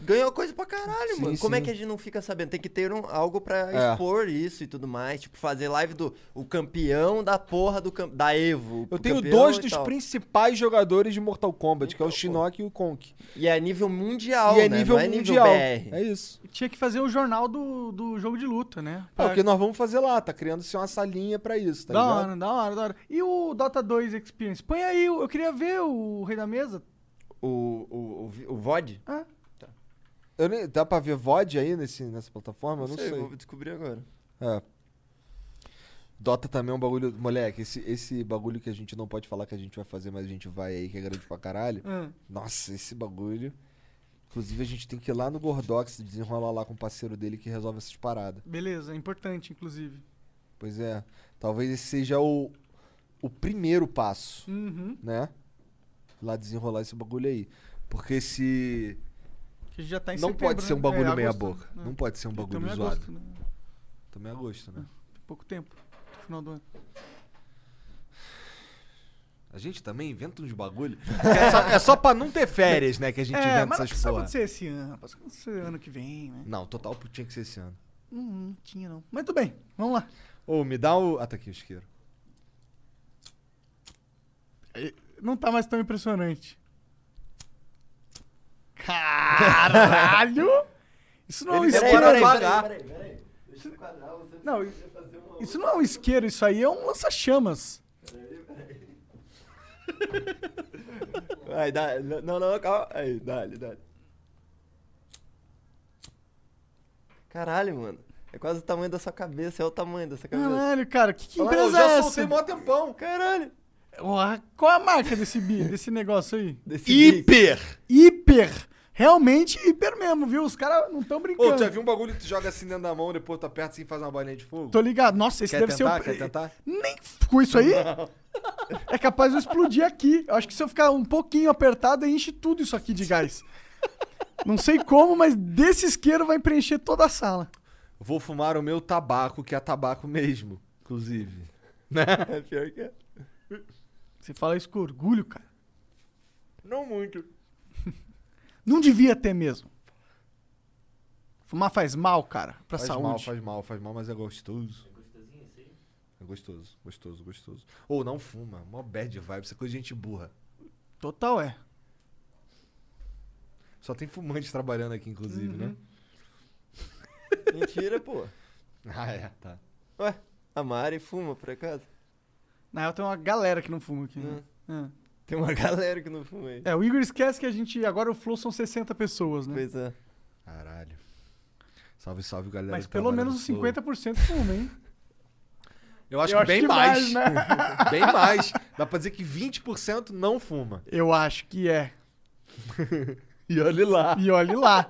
Ganhou coisa pra caralho,
Sim,
mano. Como é
sim.
que a gente não fica sabendo? Tem que ter um, algo pra
É.
expor isso e tudo mais. Tipo, fazer live do o campeão da porra do cam- da Evo.
Eu
o
tenho
campeão
dois
e
dos
tal.
principais jogadores de Mortal Kombat, que é o Shinnok e o Conk.
E é nível mundial,
e é
né?
nível
não é nível
mundial.
BR.
É isso.
Tinha que fazer o jornal do, do jogo de luta, né?
É o
Pra-
que nós vamos fazer lá. Tá criando-se uma salinha pra isso, tá
da
ligado?
hora, da hora, da hora. E o Dota 2 Experience? Põe aí, o- eu queria ver o Rei da Mesa.
O, o, o, vi- o VOD?
Ah,
Eu nem- dá pra ver VOD aí nesse, nessa plataforma? Eu não sei.
vou descobrir agora.
É. Dota também é um bagulho. Moleque, esse, esse bagulho que a gente não pode falar que a gente vai fazer, mas a gente vai aí, que é grande pra caralho.
ah.
Nossa, esse bagulho. Inclusive, a gente tem que ir lá no Gordox desenrolar lá com o parceiro dele que resolve essas paradas.
beleza, importante, inclusive.
Pois é. Talvez esse seja o, o primeiro passo
Uhum.
né? Lá desenrolar esse bagulho aí. Porque se.
Que já tá em
não pode
setembro,
ser um
né?
bagulho
É, agosto,
meia-boca.
né?
Não pode ser um
E
bagulho
também é
zoado.
agosto, né?
Também é gosto, né?
Tem Pouco tempo, no final do ano. É.
A gente também inventa uns bagulho. é, só, é só pra não ter férias, né? Que a gente
É,
inventa
mas não
essas
precisa
porra.
acontecer esse ano, pode acontecer ano que vem, né?
Não, total tinha que ser esse ano.
Não, não tinha não. Mas tudo bem, vamos lá.
Ô, me dá o. Ah, tá aqui o isqueiro.
Não tá mais tão impressionante. Caralho! Isso não é um
Ele
isqueiro.
demora pra-
peraí, peraí. Deixa eu enquadrar você.
Não, i- isso não é um isqueiro, isso aí é um lança-chamas.
Vai, dá. Não, não, calma. Aí, dá-lhe, dá-lhe. Caralho, mano. É quase o tamanho da sua cabeça. É o tamanho dessa cabeça.
Caralho, cara, que, que
Ah,
empresa
eu
é
já soltei
essa?
mó tempão. Caralho.
Porra, Qual a marca desse bi, desse negócio aí?
Desse bico.
Hiper!
Hiper! Realmente hiper mesmo, viu? Os caras não estão
Ô,
brincando.
tu já viu um bagulho que tu joga assim dentro da mão, depois tu aperta assim e faz uma bolinha de fogo?
Tô ligado. Nossa, esse
Quer
deve
tentar?
ser um o...
Quer tentar?
Nem f- com isso aí? É capaz de eu explodir aqui. Eu acho que se eu ficar um pouquinho apertado, enche tudo isso aqui de gás. Não sei como, mas desse isqueiro vai preencher toda a sala.
Vou fumar o meu tabaco, que é tabaco mesmo, inclusive.
Né?
É pior que é.
Você fala isso com orgulho, cara.
Não muito.
Não devia ter mesmo. Fumar faz mal, cara, pra
Faz
saúde.
mal, faz mal, faz mal, mas é gostoso. É gostoso, gostoso, gostoso. Ou não fuma, mó bad vibe, isso é coisa de gente burra.
Total é.
Só tem fumante trabalhando aqui, inclusive,
Uhum.
né?
Mentira, pô.
Ah, é, tá.
Ué, a Mari fuma, por acaso?
Na real, tem uma galera que não fuma aqui. Né? É.
Tem uma galera que não fuma aí.
É, o Igor esquece que a gente. Agora o Flow são 60 pessoas, né?
Pois é.
Caralho. Salve, salve, galera.
Mas
que
pelo
trabalha
menos
no
os
Flow.
50% fumam, hein?
Eu acho
Eu
que
acho
bem
que
mais.
mais, né?
bem mais. Dá pra dizer que 20% não fuma.
Eu acho que é.
E olha lá.
E olhe lá.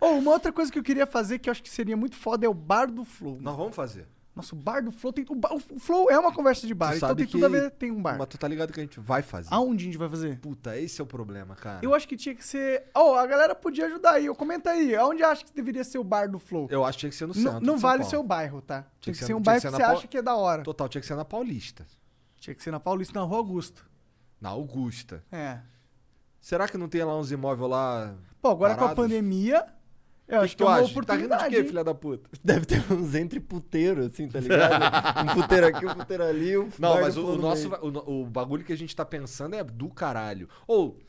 Ou uma outra coisa que eu queria fazer que eu acho que seria muito foda é o bar do Flow.
Nós vamos fazer.
Nossa, o bar do Flow tem. O, bar- o Flow é uma conversa de bar,
Tu
então
sabe
tem tudo a
que-
ver, tem um bar.
Mas tu tá ligado que a gente vai fazer.
Aonde a gente vai fazer?
Puta, esse é o problema, cara.
Eu acho que tinha que ser. Ó, a galera podia ajudar aí. Ó, Comenta aí. Aonde acha que deveria ser o bar do Flow?
Eu acho que tinha que ser no
N-
centro.
não
de São
vale
Paulo.
seu bairro, tá? Tinha que,
que ser-
ser um
tinha
bairro
que
que,
ser
você
na
acha
Pau-
que é da hora.
Total, tinha que ser na Paulista.
Tinha que ser na Paulista, na Rua Augusto.
Na Augusta.
É.
Será que não tem lá uns imóveis lá?
Pô, agora com
Parados?
a pandemia, eu acho que é
tu
uma
acha? Tá rindo
oportunidade.
de quê,
hein?
filha da puta?
Deve ter uns entre puteiro, assim, tá ligado? um puteiro aqui, um puteiro ali, um
Não,
bar
mas
do
o,
Flow
o
no
nosso.
meio.
va- O, no- o bagulho que a gente tá pensando é do caralho. Ou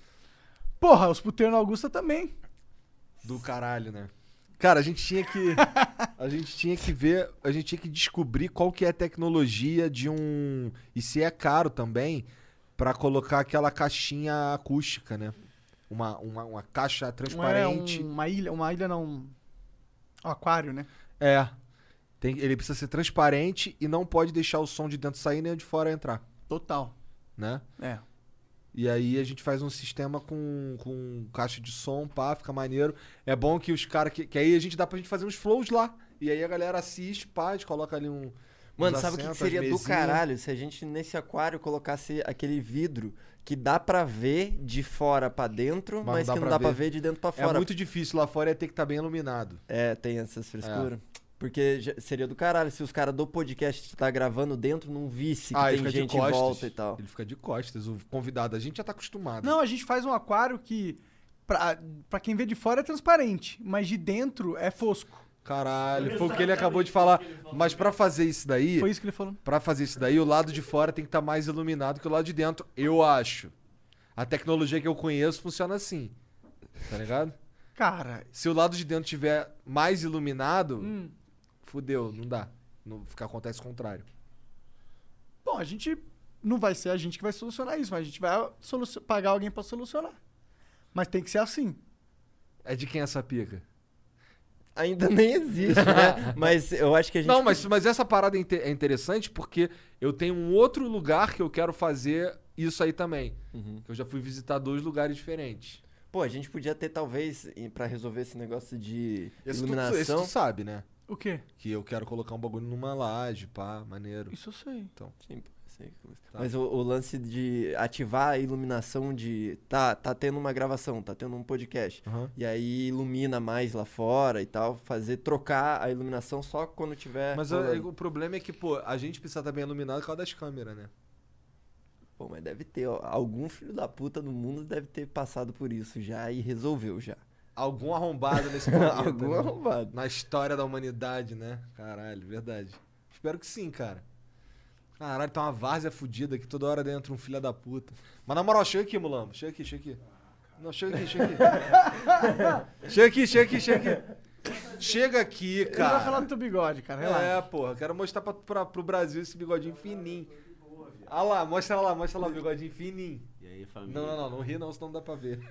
Porra, os puteiros na Augusta também.
do caralho, né? Cara, a gente tinha que. A gente tinha que ver. A gente tinha que descobrir qual que é a tecnologia de um. E se é caro também, pra colocar aquela caixinha acústica, né? Uma, uma, uma caixa
Não é
transparente.
um- uma ilha, uma ilha não. Um aquário, né?
É. Tem- ele precisa ser transparente e não pode deixar o som de dentro sair nem o de fora entrar,
Total.
né?
É.
E aí a gente faz um sistema com, com caixa de som, pá, fica maneiro. É bom que os caras... Que, que aí a gente dá pra gente fazer uns flows lá. E aí a galera assiste, pá, a gente coloca ali um...
Mano,
uns
sabe o que que
assentos,
seria
as
do
mesinhas.
caralho se a gente nesse aquário colocasse aquele vidro que dá pra ver de fora pra dentro,
Mas não
mas,
dá
que não
pra
dá pra
ver.
ver de dentro pra
É
fora?
muito difícil, lá fora ia ter que estar bem iluminado.
É, tem essas frescuras. Porque já- seria do caralho se os caras do podcast que tá gravando dentro não visse que
Ah, ele
tem gente em volta e tal.
Ele fica de costas, o convidado. A gente já tá acostumado.
Não, a gente faz um aquário que, pra, pra quem vê de fora, é transparente, mas de dentro é fosco.
Caralho, foi o que ele acabou de falar. Mas pra fazer isso daí...
Foi isso que ele falou.
Pra fazer isso daí, o lado de fora tem que estar mais iluminado que o lado de dentro, eu acho. A tecnologia que eu conheço funciona assim. Tá ligado?
Cara,
Se o lado de dentro tiver mais iluminado, fudeu, não dá. Não fica acontece o contrário.
bom, a gente não vai ser a gente que vai solucionar isso, mas a gente vai solu- pagar alguém pra solucionar. Mas tem que ser assim.
É de quem essa pica?
Ainda nem existe, né? Mas eu acho que a gente.
Não, mas, mas essa parada é inte- é interessante porque eu tenho um outro lugar que eu quero fazer isso aí também. Que Eu já fui visitar dois lugares diferentes.
Pô, a gente podia ter, talvez, em- pra resolver esse negócio de
Esse tu, esse
iluminação.
tu sabe, né?
O quê?
Que eu quero colocar um bagulho numa laje, pá, maneiro.
Isso eu sei.
Sim, pô, sei é que-
Tá.
Mas o, o lance de ativar a iluminação de. Tá, tá tendo uma gravação, tá tendo um podcast.
Aham.
E aí ilumina mais lá fora e tal. Fazer trocar a iluminação só quando tiver.
Mas
rolando.
é, o problema é que, pô, a gente precisa estar bem iluminado por causa das câmeras, né?
Pô, mas deve ter. ó, algum filho da puta no mundo deve ter passado por isso já e resolveu já.
Algum arrombado nesse planeta.
Algum
né?
arrombado.
Na história da humanidade, né? Caralho, verdade. Espero que sim, cara. Caralho, tá uma várzea fudida aqui toda hora dentro um filho da puta. Mas na moral, chega aqui, Mulambo. Chega aqui, chega aqui. Não, chega aqui, chega aqui. chega aqui, chega aqui, chega aqui. Chega aqui,
Ele vai falar
cara.
do teu bigode, cara. Relaxa.
É, porra, quero mostrar pra, pra, pro Brasil esse bigodinho fininho. Ah lá, mostra lá, mostra lá o bigodinho fininho.
E aí, família?
Não, não, não, não ri não, senão não dá pra ver.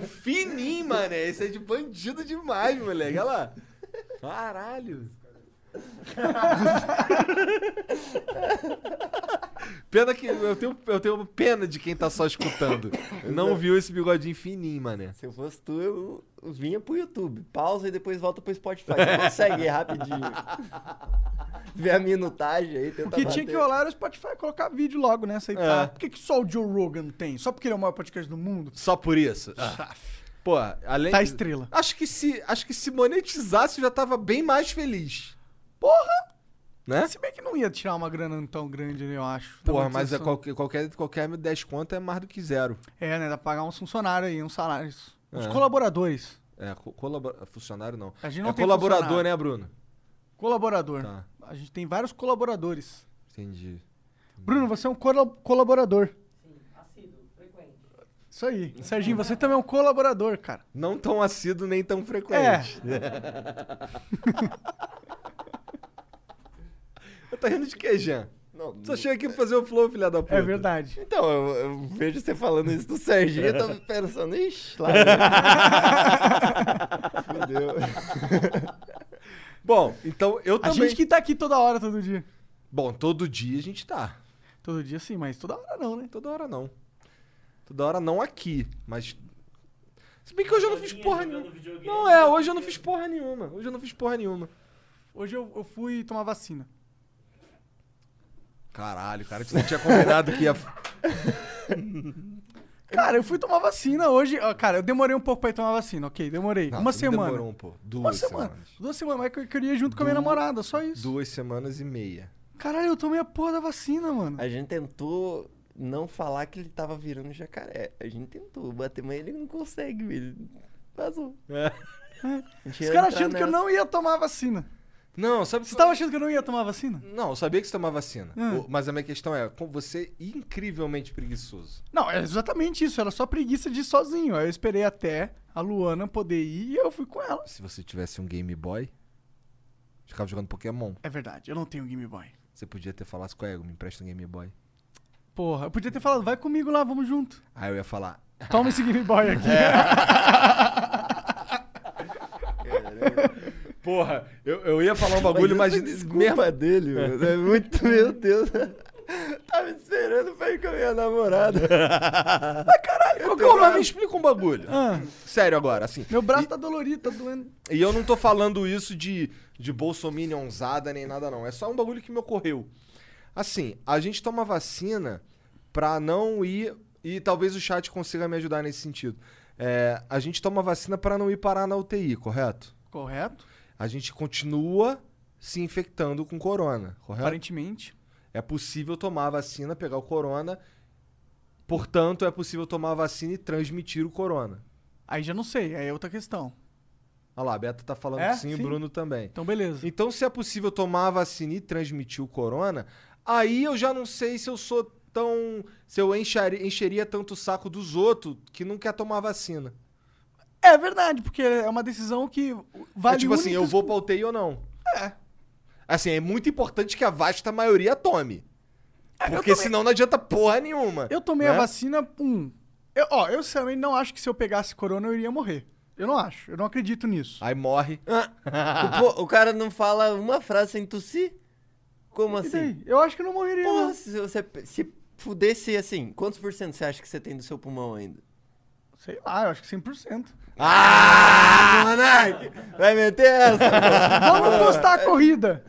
Fininho, mané. Esse é de bandido demais, moleque. Olha lá. Caralho. Pena que eu tenho, eu tenho pena de quem tá só escutando. Não viu esse bigodinho fininho, mané.
Se eu fosse tu, eu eu vinha pro YouTube. Pausa e depois volta pro Spotify. Tu Consegue rapidinho. Vê a minutagem aí, tenta
O que tinha que
bater.
rolar era o Spotify colocar vídeo logo, né? Aceitar.
É.
Por que, que só o Joe Rogan tem? Só porque ele é o maior podcast do mundo?
Só por isso. Ah. Pô, além
Tá
de-
estrela.
Acho que se acho que se monetizasse eu já tava bem mais feliz.
Porra!
Né?
Se bem que não ia tirar uma grana tão grande, né, eu acho. da
Porra, mas é
monetização.
qualquer, qualquer, qualquer 10 conto é mais do que zero.
É, né? Dá pra pagar uns funcionários aí, uns salários. Uns
É.
colaboradores.
É, co- colabora- funcionário não.
A gente não
é
tem
colaborador,
funcionário.
né, Bruno?
Colaborador.
Tá.
A gente tem vários colaboradores.
Entendi.
Bruno, você é um colo- colaborador. Sim, assíduo, frequente. Isso aí. Serginho, você também é um colaborador, cara.
Não tão assíduo nem tão
É.
frequente. Eu tô rindo de que, Jean?
Não,
Só chega aqui pra fazer o flow, filha da puta.
É verdade.
Então, eu, eu vejo você falando isso do Serginho, eu tava pensando, ixi, lá. vem." Fudeu.
Bom, então eu
A
também.
gente que tá aqui toda hora, todo dia.
Bom, todo dia a gente tá.
Todo dia sim, mas toda hora não, né?
Toda hora não. Toda hora não aqui, mas Se bem que hoje eu não fiz porra nenhuma. Não, é, hoje eu não fiz porra nenhuma. Hoje eu não fiz porra nenhuma.
Hoje eu, eu fui tomar vacina.
Caralho, cara, você não tinha combinado que ia.
Cara, eu fui tomar vacina hoje. ó, Cara, eu demorei um pouco pra ir tomar vacina, ok? Demorei.
Não,
uma semana.
Demorou um pouco. Duas
Uma semana.
semanas.
Duas semanas. Mas que eu queria ir junto com a minha namorada, só isso.
Duas semanas e meia.
Caralho, eu tomei a porra da vacina, mano.
É,
A gente tentou não falar que ele tava virando jacaré. A gente tentou bater, mas ele não consegue, ele vazou. A gente
É. Os caras
ia entrar
achando que eu
nessa.
não ia tomar a vacina.
Não, sabe
Você tava achando que eu não ia tomar a vacina?
Não, eu sabia que você tomava vacina.
Hum.
O- Mas a minha questão é, com você incrivelmente preguiçoso.
Não, é exatamente isso. Era só preguiça de ir sozinho. Aí eu esperei até a Luana poder ir e eu fui com ela.
Se você tivesse um Game Boy, ficava jogando Pokémon.
É verdade, eu não tenho Game Boy.
Você podia ter falado com o Ego, me empresta um Game Boy.
Porra, eu podia ter falado, vai comigo lá, vamos junto.
Aí eu ia falar,
Toma esse Game Boy aqui.
É. porra, eu, eu ia falar um bagulho, mas...
essa é desculpa dele, mano, é muito, meu Deus. Tava esperando pra ir com a minha namorada.
Não, mas me explica um bagulho.
Ah,
Sério agora, assim.
meu braço tá dolorido, tá doendo.
E eu não tô falando isso de, de bolsominionzada nem nada, não. É só um bagulho que me ocorreu. Assim, a gente toma vacina pra não ir. E talvez o chat consiga me ajudar nesse sentido. É, a gente toma vacina pra não ir parar na UTI, correto?
Correto?
A gente continua se infectando com corona, correto?
Aparentemente.
É possível tomar a vacina, pegar o corona. Portanto, é possível tomar a vacina e transmitir o corona.
Aí já não sei, aí é outra questão.
Olha lá, a Beta tá falando
É?
que sim,
Sim.
o Bruno também.
Então, beleza.
Então, se é possível tomar a vacina e transmitir o corona, aí eu já não sei se eu sou tão. se eu enchari- encheria tanto o saco dos outros que não quer tomar a vacina. Então,
É verdade, porque é uma decisão que vale
é tipo assim,
única-
eu vou pra UTI ou não. É. Assim, é muito importante que a vasta maioria tome. Porque senão não adianta porra nenhuma.
Eu tomei
né?
a vacina, um. Eu, ó, eu sinceramente não acho que se eu pegasse corona eu iria morrer. Eu não acho, eu não acredito nisso.
Aí morre.
o, pô- o cara não fala uma frase sem tossir? Como
E
assim?
daí? Eu acho que eu não morreria.
Porra,
não.
se você se fudesse assim, quantos por cento você acha que você tem do seu pulmão ainda?
Sei lá, eu acho que 100%.
Ah, moleque! Vai meter essa?
Vamos postar a corrida.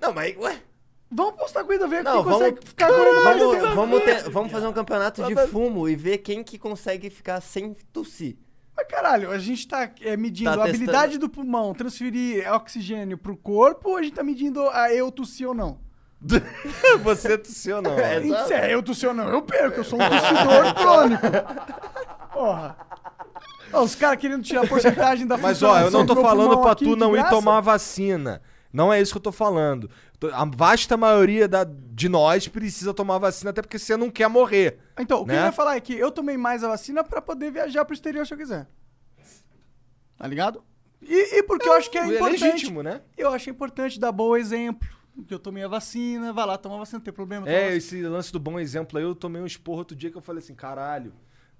não, mas ué.
Vamos postar a corrida, ver
Não,
quem consegue
vamos,
ficar correndo mais
vamos,
tempo.
vamos, ter- vamos fazer um campeonato de fumo e ver quem que consegue ficar sem tossir.
Mas caralho, a gente tá é, medindo
Tá
a habilidade do pulmão transferir oxigênio pro corpo ou a gente tá medindo a eu tossir ou não?
Você tossiu ou não? né?
É,
E
exato.
Se é eu tossir ou não, eu perco, eu sou um tossidor crônico. Porra. Ó, os caras querendo tirar a porcentagem da
Mas
função
ó, eu não
do
tô
meu
falando
pulmão
pra
aqui,
tu
de
não ir
graça.
tomar a vacina. Não é isso que eu tô falando. Tô- A vasta maioria da- de nós precisa tomar a vacina, até porque você não quer morrer.
Então, o que
né?
eu ia falar é que eu tomei mais a vacina pra poder viajar pro exterior se eu quiser. Tá ligado? E, e porque eu, acho que é, importante.
legítimo, né?
Eu acho importante dar bom exemplo. Que eu tomei a vacina, vai lá tomar a vacina, não tem problema. toma a
É,
vacina.
esse lance do bom exemplo aí, eu tomei um esporro outro dia que eu falei assim, caralho,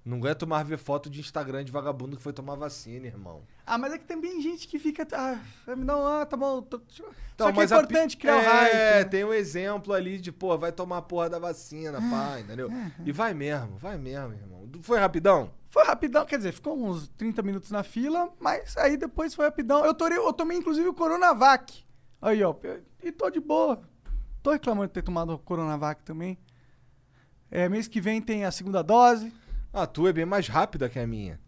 não aguento mais ver foto de Instagram de vagabundo que foi tomar vacina, irmão.
Ah, mas é que tem bem gente que fica. Ah, vai me dar um. Ah, tá bom. tô- Só
Então,
que é
mas a pi-
importante criar o hype.
É,
né?
tem um exemplo ali de, pô, vai tomar a porra da vacina,
Ah,
pá, entendeu?
é.
E vai mesmo, vai mesmo, irmão. Foi rapidão?
Foi rapidão, quer dizer, ficou uns 30 minutos na fila, mas aí depois foi rapidão. Eu tomei, eu tomei inclusive o Coronavac. Aí, ó, e tô de boa. Tô reclamando de ter tomado o Coronavac também. É, mês que vem tem a segunda dose.
A tua é bem mais rápida que a minha.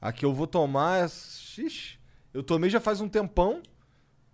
A que eu vou tomar é. Xixi. Eu tomei já faz um tempão.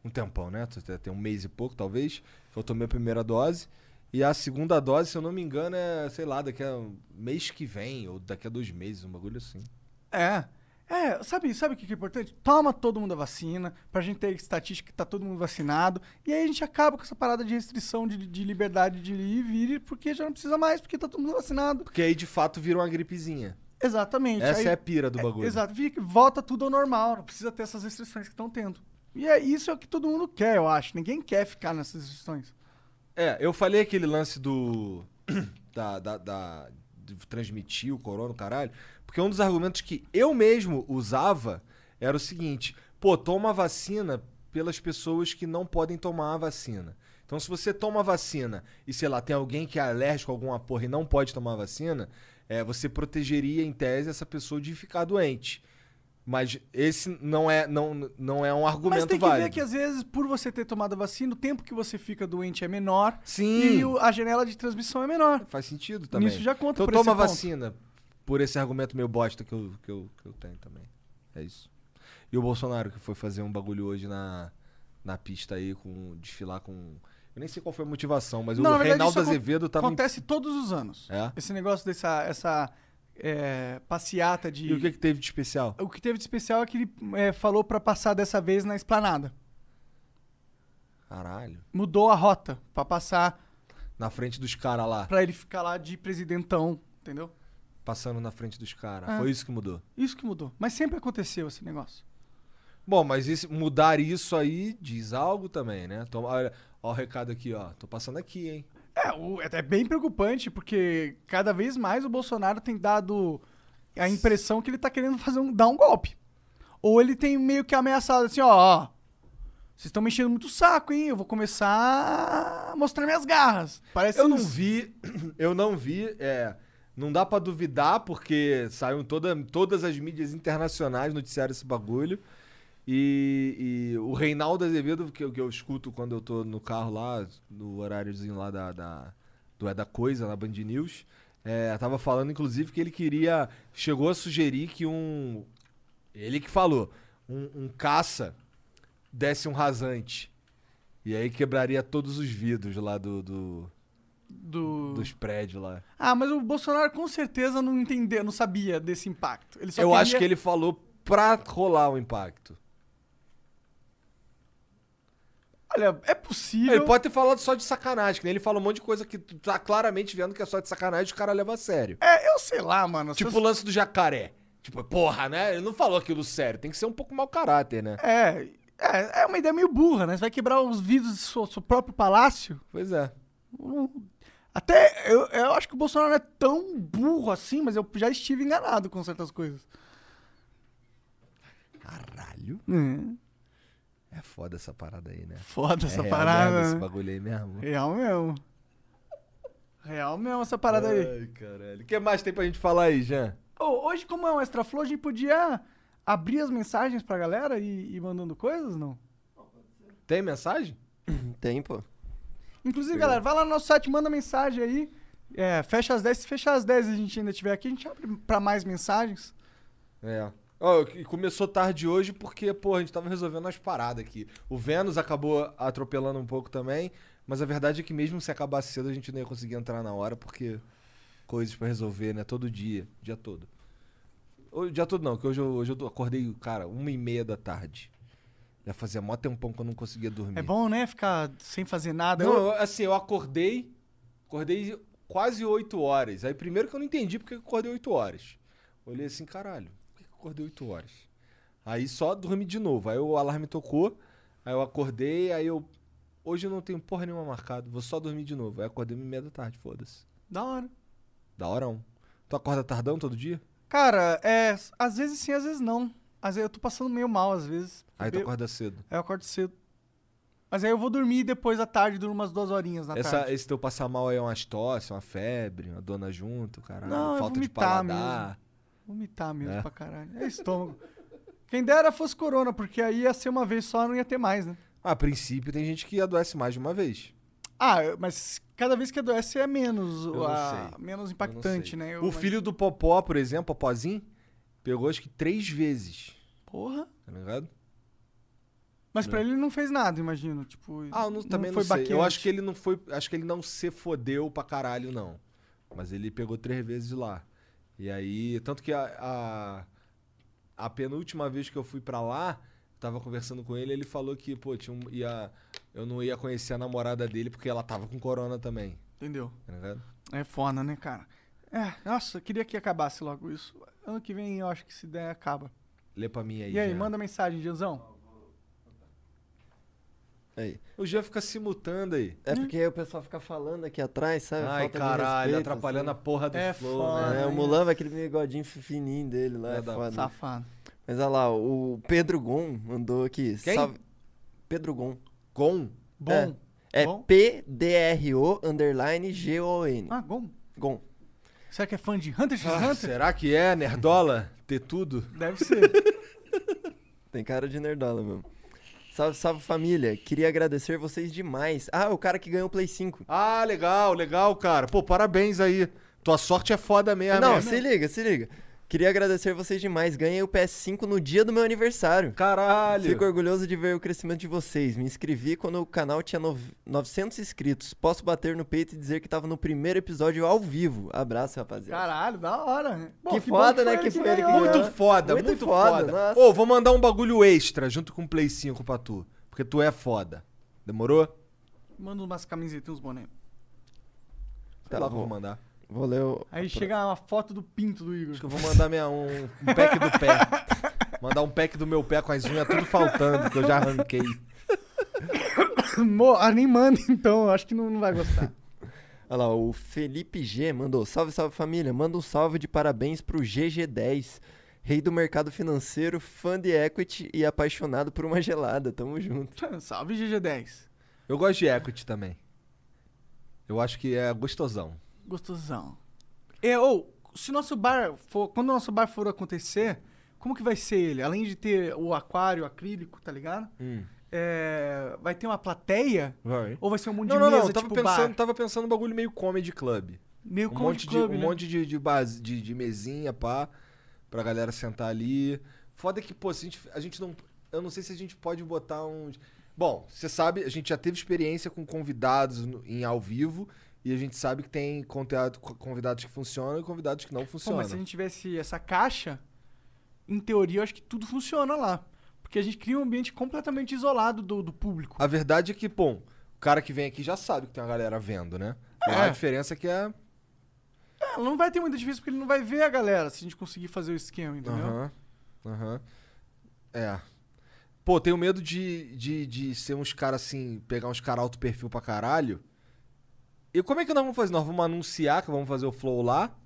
Um tempão, né? Tem- Tem um mês e pouco, talvez. que Eu tomei a primeira dose. E a segunda dose, se eu não me engano, é, sei lá, daqui a mês que vem, ou daqui a dois meses, um bagulho assim.
É. É, sabe, sabe o que que é importante? Toma todo mundo a vacina, pra gente ter estatística que tá todo mundo vacinado. E aí a gente acaba com essa parada de restrição de, de liberdade de ir e vir, porque já não precisa mais, porque tá todo mundo vacinado.
Porque aí de fato vira uma gripezinha.
Exatamente.
Essa
aí-
é a pira do bagulho.
Exato, fica- volta tudo ao normal, não precisa ter essas restrições que estão tendo. E é isso é o que todo mundo quer, eu acho. Ninguém quer ficar nessas restrições.
É, eu falei aquele lance do. da, da, da- de transmitir o corona, caralho. Porque um dos argumentos que eu mesmo usava era o seguinte: pô, toma a vacina pelas pessoas que não podem tomar a vacina. Então, se você toma a vacina e, sei lá, tem alguém que é alérgico a alguma porra e não pode tomar a vacina, é, você protegeria, em tese, essa pessoa de ficar doente. Mas esse não é, não, não é um argumento
Mas tem que
válido.
ver que às vezes, por você ter tomado a vacina, o tempo que você fica doente é menor
Sim.
e o- a janela de transmissão é menor.
Faz sentido Hum. também.
Nisso já conta
Então
por
toma
esse ponto.
vacina por esse argumento meio bosta que eu, que, eu, que eu tenho também. É isso. E o Bolsonaro que foi fazer um bagulho hoje na, na pista aí, com desfilar com... Eu nem sei qual foi a motivação, mas
Não,
o
na verdade,
Reinaldo
isso acon-
Azevedo tava... em-
Acontece todos os anos.
tá É?
Esse negócio dessa essa, é, passeata de.
E o que, que teve de especial?
O que teve de especial é que ele é, falou pra passar dessa vez na esplanada.
Caralho.
Mudou a rota pra passar,
Na frente dos caras lá.
pra ele ficar lá de presidentão, entendeu?
Passando na frente dos caras.
É.
Foi isso que mudou.
Isso que mudou. Mas sempre aconteceu esse negócio.
Bom, mas esse- mudar isso aí diz algo também, né? Toma, olha, ó o recado aqui, ó. Tô passando aqui, hein?
É, o- é bem preocupante, porque cada vez mais o Bolsonaro tem dado a impressão que ele tá querendo fazer um, dar um golpe. Ou ele tem meio que ameaçado assim, ó, ó. Vocês estão mexendo muito o saco, hein? Eu vou começar a mostrar minhas garras. Parece um
Eu não
isso.
vi, eu não vi, é, não dá pra duvidar porque saíram toda, todas as mídias internacionais noticiaram esse bagulho. E, e o Reinaldo Azevedo, que eu, que eu escuto quando eu tô no carro lá, no horáriozinho lá da, da- do É da Coisa, na Band News, é, tava falando, inclusive, que ele queria. Chegou a sugerir que um. Ele que falou. Um, um caça desse um rasante. E aí quebraria todos os vidros lá do- do,
Do...
dos prédios lá.
Ah, mas o Bolsonaro com certeza não entendeu, não sabia desse impacto. Ele só
eu
queria-
acho que ele é falou pra rolar o impacto.
Olha, é possível.
Ele pode ter falado só de sacanagem, que nem ele fala um monte de coisa que tu tá claramente vendo que é só de sacanagem e o cara leva a sério.
É, eu sei lá, mano. se
tipo o
eu-
lance do jacaré. Tipo, porra, né? Ele não falou aquilo sério. Tem que ser um pouco mau caráter, né?
É, é, é uma ideia meio burra, né? Você vai quebrar os vidros do seu, seu próprio palácio?
Pois é.
Não- Até eu, eu acho que o Bolsonaro não é tão burro assim, mas eu já estive enganado com certas coisas.
Caralho. É foda essa parada aí, né?
Foda essa
é real mesmo
parada.
Esse
né?
bagulho aí mesmo.
Real mesmo. Real mesmo essa parada aí.
Ai, caralho. O que mais tem pra gente falar aí, Jean?
Ô, hoje, como é um extra flow, a gente podia abrir as mensagens pra galera e e ir mandando coisas, não?
Tem mensagem?
Tem, pô.
Inclusive, galera, vai lá no nosso site, manda mensagem aí. É, fecha às 10. Se fechar às 10 e a gente ainda tiver aqui, a gente abre pra mais mensagens.
É. Ó, e começou tarde hoje porque, pô, a gente tava resolvendo as paradas aqui. O Vênus acabou atropelando um pouco também, mas a verdade é que mesmo se acabasse cedo a gente não ia conseguir entrar na hora porque coisas pra resolver, né? Todo dia, dia todo. O dia todo não, que hoje eu, hoje eu tô- acordei, cara, uma e meia da tarde. Já fazia mó tempão que eu não conseguia dormir.
É bom, né? Ficar sem fazer nada.
Hum. Não,
Eu-
eu- assim, eu acordei, acordei quase 8 horas. Aí primeiro que eu não entendi porque eu acordei 8 horas. Olhei assim, caralho, por que que eu acordei 8 horas? Aí só dormi de novo. Aí o alarme tocou, aí eu acordei, aí eu. Hoje eu não tenho porra nenhuma marcado, vou só dormir de novo. Aí acordei uma e meia da tarde, foda-se.
Da hora.
Da hora um. Tu acorda tardão todo dia?
Cara, é. Às vezes sim, às vezes não. Às vezes eu tô passando meio mal, às vezes.
Aí tá tu
eu,
acorda cedo.
eu acordo cedo. Mas aí eu vou dormir depois da tarde, durmo umas duas horinhas na
Essa,
tarde.
esse teu passar mal aí é umas tosse, uma febre, uma dona junto, caralho.
Não, é
falta de
vomitar
paladar.
Vomitar mesmo
É.
pra caralho. É estômago. Quem dera fosse corona, porque aí ia ser uma vez só, não ia ter mais, né?
Ah, A princípio tem gente que adoece mais de uma vez.
Ah, eu- mas cada vez que adoece é menos,
não
a-
sei.
menos
Eu não
impactante,
sei.
né? Eu-
o filho do Popó, por exemplo, Popozinho, pegou acho que três vezes,
Porra.
tá ligado?
Mas pra ele não fez nada, imagino. Tipo,
Ah, eu não- também não, sei. Eu
baqueante.
acho que ele não foi, acho que ele não se fodeu pra caralho não. Mas ele pegou três vezes lá. E aí, tanto que a, a, a penúltima vez que eu fui pra lá, tava conversando com ele, ele falou que, pô, tinha um, ia, eu não ia conhecer a namorada dele porque ela tava com corona também,
Entendeu?
tá ligado?
É foda, né, cara? É, nossa, eu queria que acabasse logo isso. Ano que vem eu acho que se der, acaba.
Lê pra mim aí.
E aí,
Jean.
manda mensagem, Janzão.
Aí.
O Jean fica se mutando aí.
É porque o pessoal fica falando aqui atrás, sabe?
Ai,
Falta de
caralho,
respeito, assim.
atrapalhando a porra do
É
flow,
foda.
né?
É,
né?
o Mulan vai aquele bigodinho fininho dele lá, é
Filha da
foda.
Safado.
Mas olha lá, o Pedro Gon mandou aqui.
Quem?
Pedro Gon.
Com.
Bom.
É. É
Gon?
P-D-R-O underline G-O-N.
Ah, bom.
Gon.
Será que é fã de Hunter x
Ah,
Hunter?
será que é, nerdola? Ter tudo?
Deve ser.
Tem cara de nerdola mesmo. Salve, salve família. Queria agradecer vocês demais. Ah, o cara que ganhou o Play 5.
Ah, legal, legal, cara. Pô, parabéns aí. Tua sorte é foda mesmo.
Não,
né?
se liga, se liga. Queria agradecer vocês demais. Ganhei o PS5 no dia do meu aniversário.
Caralho.
Fico orgulhoso de ver o crescimento de vocês. Me inscrevi quando o canal tinha nove- 900 inscritos. Posso bater no peito e dizer que tava no primeiro episódio ao vivo. Abraço, rapaziada.
Caralho, da hora, né? Bom,
que,
bom
foda,
foi
né?
ele
Que foi ele que
ganhou,
ganhou.
Muito foda, muito, foda.
nossa.
Ô, vou mandar um bagulho extra junto com o Play 5 pra tu. Porque tu é foda. Demorou?
Manda umas camisetas e uns bonecos.
Tá
Sei lá,
bom.
vou mandar.
Vou ler o...
Aí chega uma foto do pinto do
Acho que
Igor.
eu vou mandar minha, um, um pack do pé. mandar um pack do meu pé com as unhas tudo faltando, que eu já arranquei.
Mo- ah, nem manda, então. Acho que não, não vai gostar.
Olha lá, o Felipe G mandou. Salve, salve família. Manda um salve de parabéns pro GG10. Rei do mercado financeiro, fã de equity e apaixonado por uma gelada. Tamo junto.
Salve, GG10.
Eu gosto de equity também. Eu acho que é gostosão.
Gostosão. É, ou, se nosso bar for... Quando o nosso bar for acontecer, como que vai ser ele? Além de ter o aquário acrílico, tá ligado?
Hum.
É, vai ter uma plateia?
Vai.
Ou vai ser um monte
Não,
de
não,
mesa,
não. Eu tava,
tipo
pensando,
bar?
tava pensando no bagulho meio comedy club.
Meio
Um
comedy
monte, de,
club,
um
né?
monte de, de, base, de, de mesinha, pá, pra galera sentar ali. Foda que, pô, se a gente, a gente não. Eu não sei se a gente pode botar uns. Bom, você sabe, a gente já teve experiência com convidados no- em ao vivo. E a gente sabe que tem conteado- co- convidados que funcionam e convidados que não
Pô,
funcionam.
mas se a gente tivesse essa caixa, em teoria, eu acho que tudo funciona lá. Porque a gente cria um ambiente completamente isolado do, do público.
A verdade é que, bom, o cara que vem aqui já sabe que tem uma galera vendo, né? Lá A diferença é que é. Ah,
É, não vai ter muita diferença porque ele não vai ver a galera se a gente conseguir fazer o esquema, entendeu?
Aham. Aham. É. Pô, tenho medo de, de, de ser uns caras assim, pegar uns caras alto perfil pra caralho. E como é que nós vamos fazer? Nós vamos anunciar que vamos fazer o flow lá?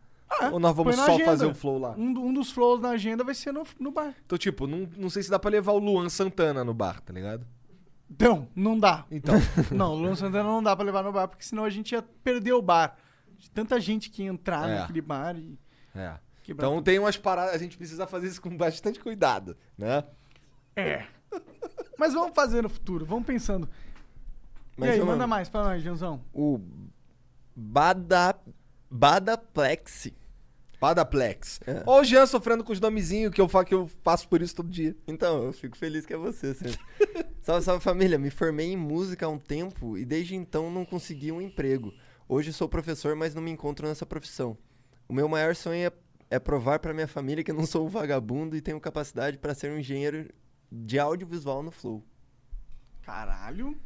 ou nós vamos
Ah, põe na
só
agenda.
fazer o flow lá?
Um, do- um dos flows na agenda vai ser no, no bar.
Então, tipo, não, não sei se dá pra levar o Luan Santana no bar, tá ligado?
Não, não dá.
Então,
Não, o Luan Santana não dá pra levar no bar, porque senão a gente ia perder o bar. De tanta gente que ia entrar
É.
naquele bar e
é.
quebrar.
Então tem umas paradas, a gente precisa fazer isso com bastante cuidado, né?
tudo. Mas vamos fazer no futuro, vamos pensando.
Mas
e aí,
eu
manda
mando.
mais pra nós, Janzão.
O Bada... Badaplex.
Padaplex.
É.
Ó o Jean sofrendo com os nomezinhos que eu, fa- que eu passo por isso todo dia.
Então, eu fico feliz que é você sempre. salve, salve família. Me formei em música há um tempo e desde então não consegui um emprego. Hoje sou professor, mas não me encontro nessa profissão. O meu maior sonho é, é provar para minha família que eu não sou um vagabundo e tenho capacidade para ser um engenheiro de audiovisual no Flow.
Caralho.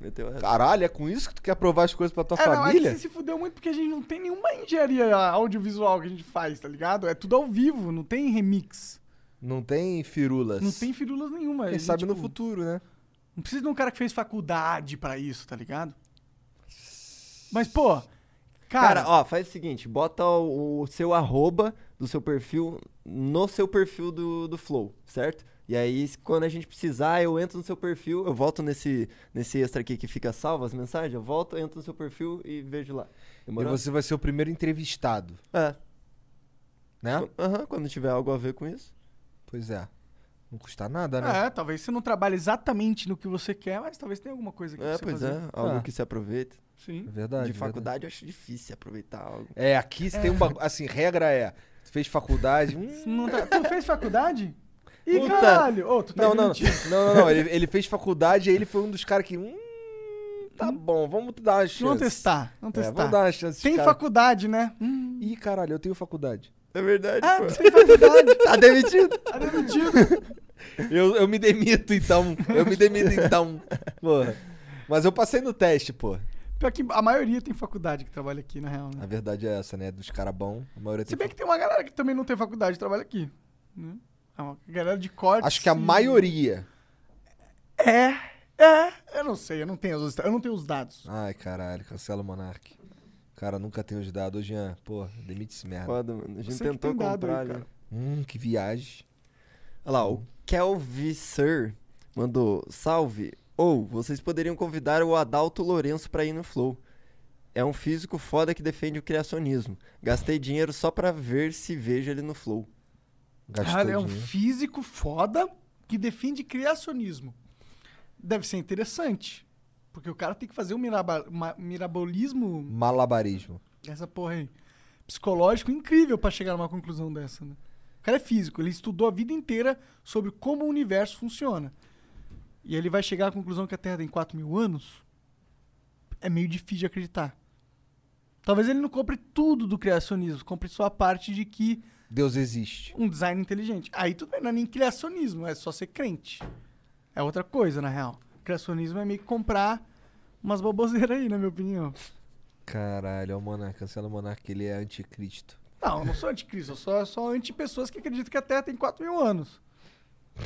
Meteu essa.
Caralho, é com isso que tu quer provar as coisas pra tua
É, não, é que
família?
você se fudeu muito porque a gente não tem nenhuma engenharia audiovisual que a gente faz, tá ligado? É tudo ao vivo, não tem remix.
Não tem firulas.
Não tem firulas nenhuma.
Quem
A gente,
sabe no
tipo,
futuro, né?
Não precisa de um cara que fez faculdade pra isso, tá ligado? Mas, pô, cara,
Cara, ó, faz o seguinte, bota o, o seu arroba do seu perfil no seu perfil do, do Flow, certo? E aí, se- quando a gente precisar, eu entro no seu perfil, eu volto nesse, nesse extra aqui que fica salvo as mensagens, eu volto, entro no seu perfil e vejo lá.
E
Demorou?
você vai ser o primeiro entrevistado,
É,
né?
qu- aham, quando tiver algo a ver com isso.
Pois é. Não custa nada, né?
é, talvez você não trabalhe exatamente no que você quer, mas talvez tenha alguma coisa que
é,
você
pois
fazer.
é, algo
Ah.
que se aproveita.
Sim.
É verdade.
De
verdade.
faculdade eu acho difícil aproveitar algo.
É, aqui se tem um bagulho. Assim, regra é. Tu fez faculdade. hum,
Não tá- Tu fez faculdade? Ih,
Puta.
caralho! Ô, tu tá
não, não, não,
mentindo.
não, não. Ele, ele fez faculdade e ele foi um dos caras que. Hum, tá bom, vamos dar uma chance.
Vamos testar, vamos
É,
testar.
vamos dar uma chance.
Tem
cara.
faculdade, né? Hum.
Ih, caralho, eu tenho faculdade.
É verdade,
Ah,
pô.
tu tem faculdade.
Tá demitido?
Tá demitido.
eu, eu me demito então. Eu me demito então. Porra. Mas eu passei no teste, pô.
Pior que a maioria tem faculdade que trabalha aqui, na real.
A
Né?
verdade é essa, né? Dos caras bons. A maioria
Se
tem
bem que tem uma galera que também não tem faculdade que trabalha aqui. né? É uma galera de corte.
Acho que a maioria.
É, é. Eu não sei, eu não tenho os, eu não tenho os dados.
Ai, caralho, cancela o Monark. Cara, nunca tem os dados. Ô, Jean, pô, demite esse merda.
Foda, mano. A gente
Você que
tentou
tem dado
comprar,
aí,
né?
cara.
Hum, que viagem.
Olha lá, o Kelvisser mandou salve. Ou vocês poderiam convidar o Adalto Lourenço pra ir no Flow. É um físico foda que defende o criacionismo. Gastei dinheiro só pra ver se vejo ele no Flow.
Gastou
Cara, é um
dinheiro.
físico foda que defende criacionismo. Deve ser interessante. Porque o cara tem que fazer um miraba- ma- mirabolismo,
Malabarismo.
essa porra aí, psicológico incrível pra chegar numa conclusão dessa, né? O cara é físico, ele estudou a vida inteira sobre como o universo funciona. E ele vai chegar à conclusão que a Terra tem 4 mil anos? É meio difícil de acreditar. Talvez ele não compre tudo do criacionismo, compre só a parte de que
Deus existe.
um design inteligente. Aí tudo bem, não é nem criacionismo, é só ser crente. É outra coisa, na real. Criacionismo é meio que comprar umas baboseiras aí, na minha opinião.
Caralho, é o Monarca. Cancela o Monarca, ele é anticristo.
Não, eu não sou anticristo, eu sou só anti-pessoas que acreditam que a Terra tem 4 mil anos.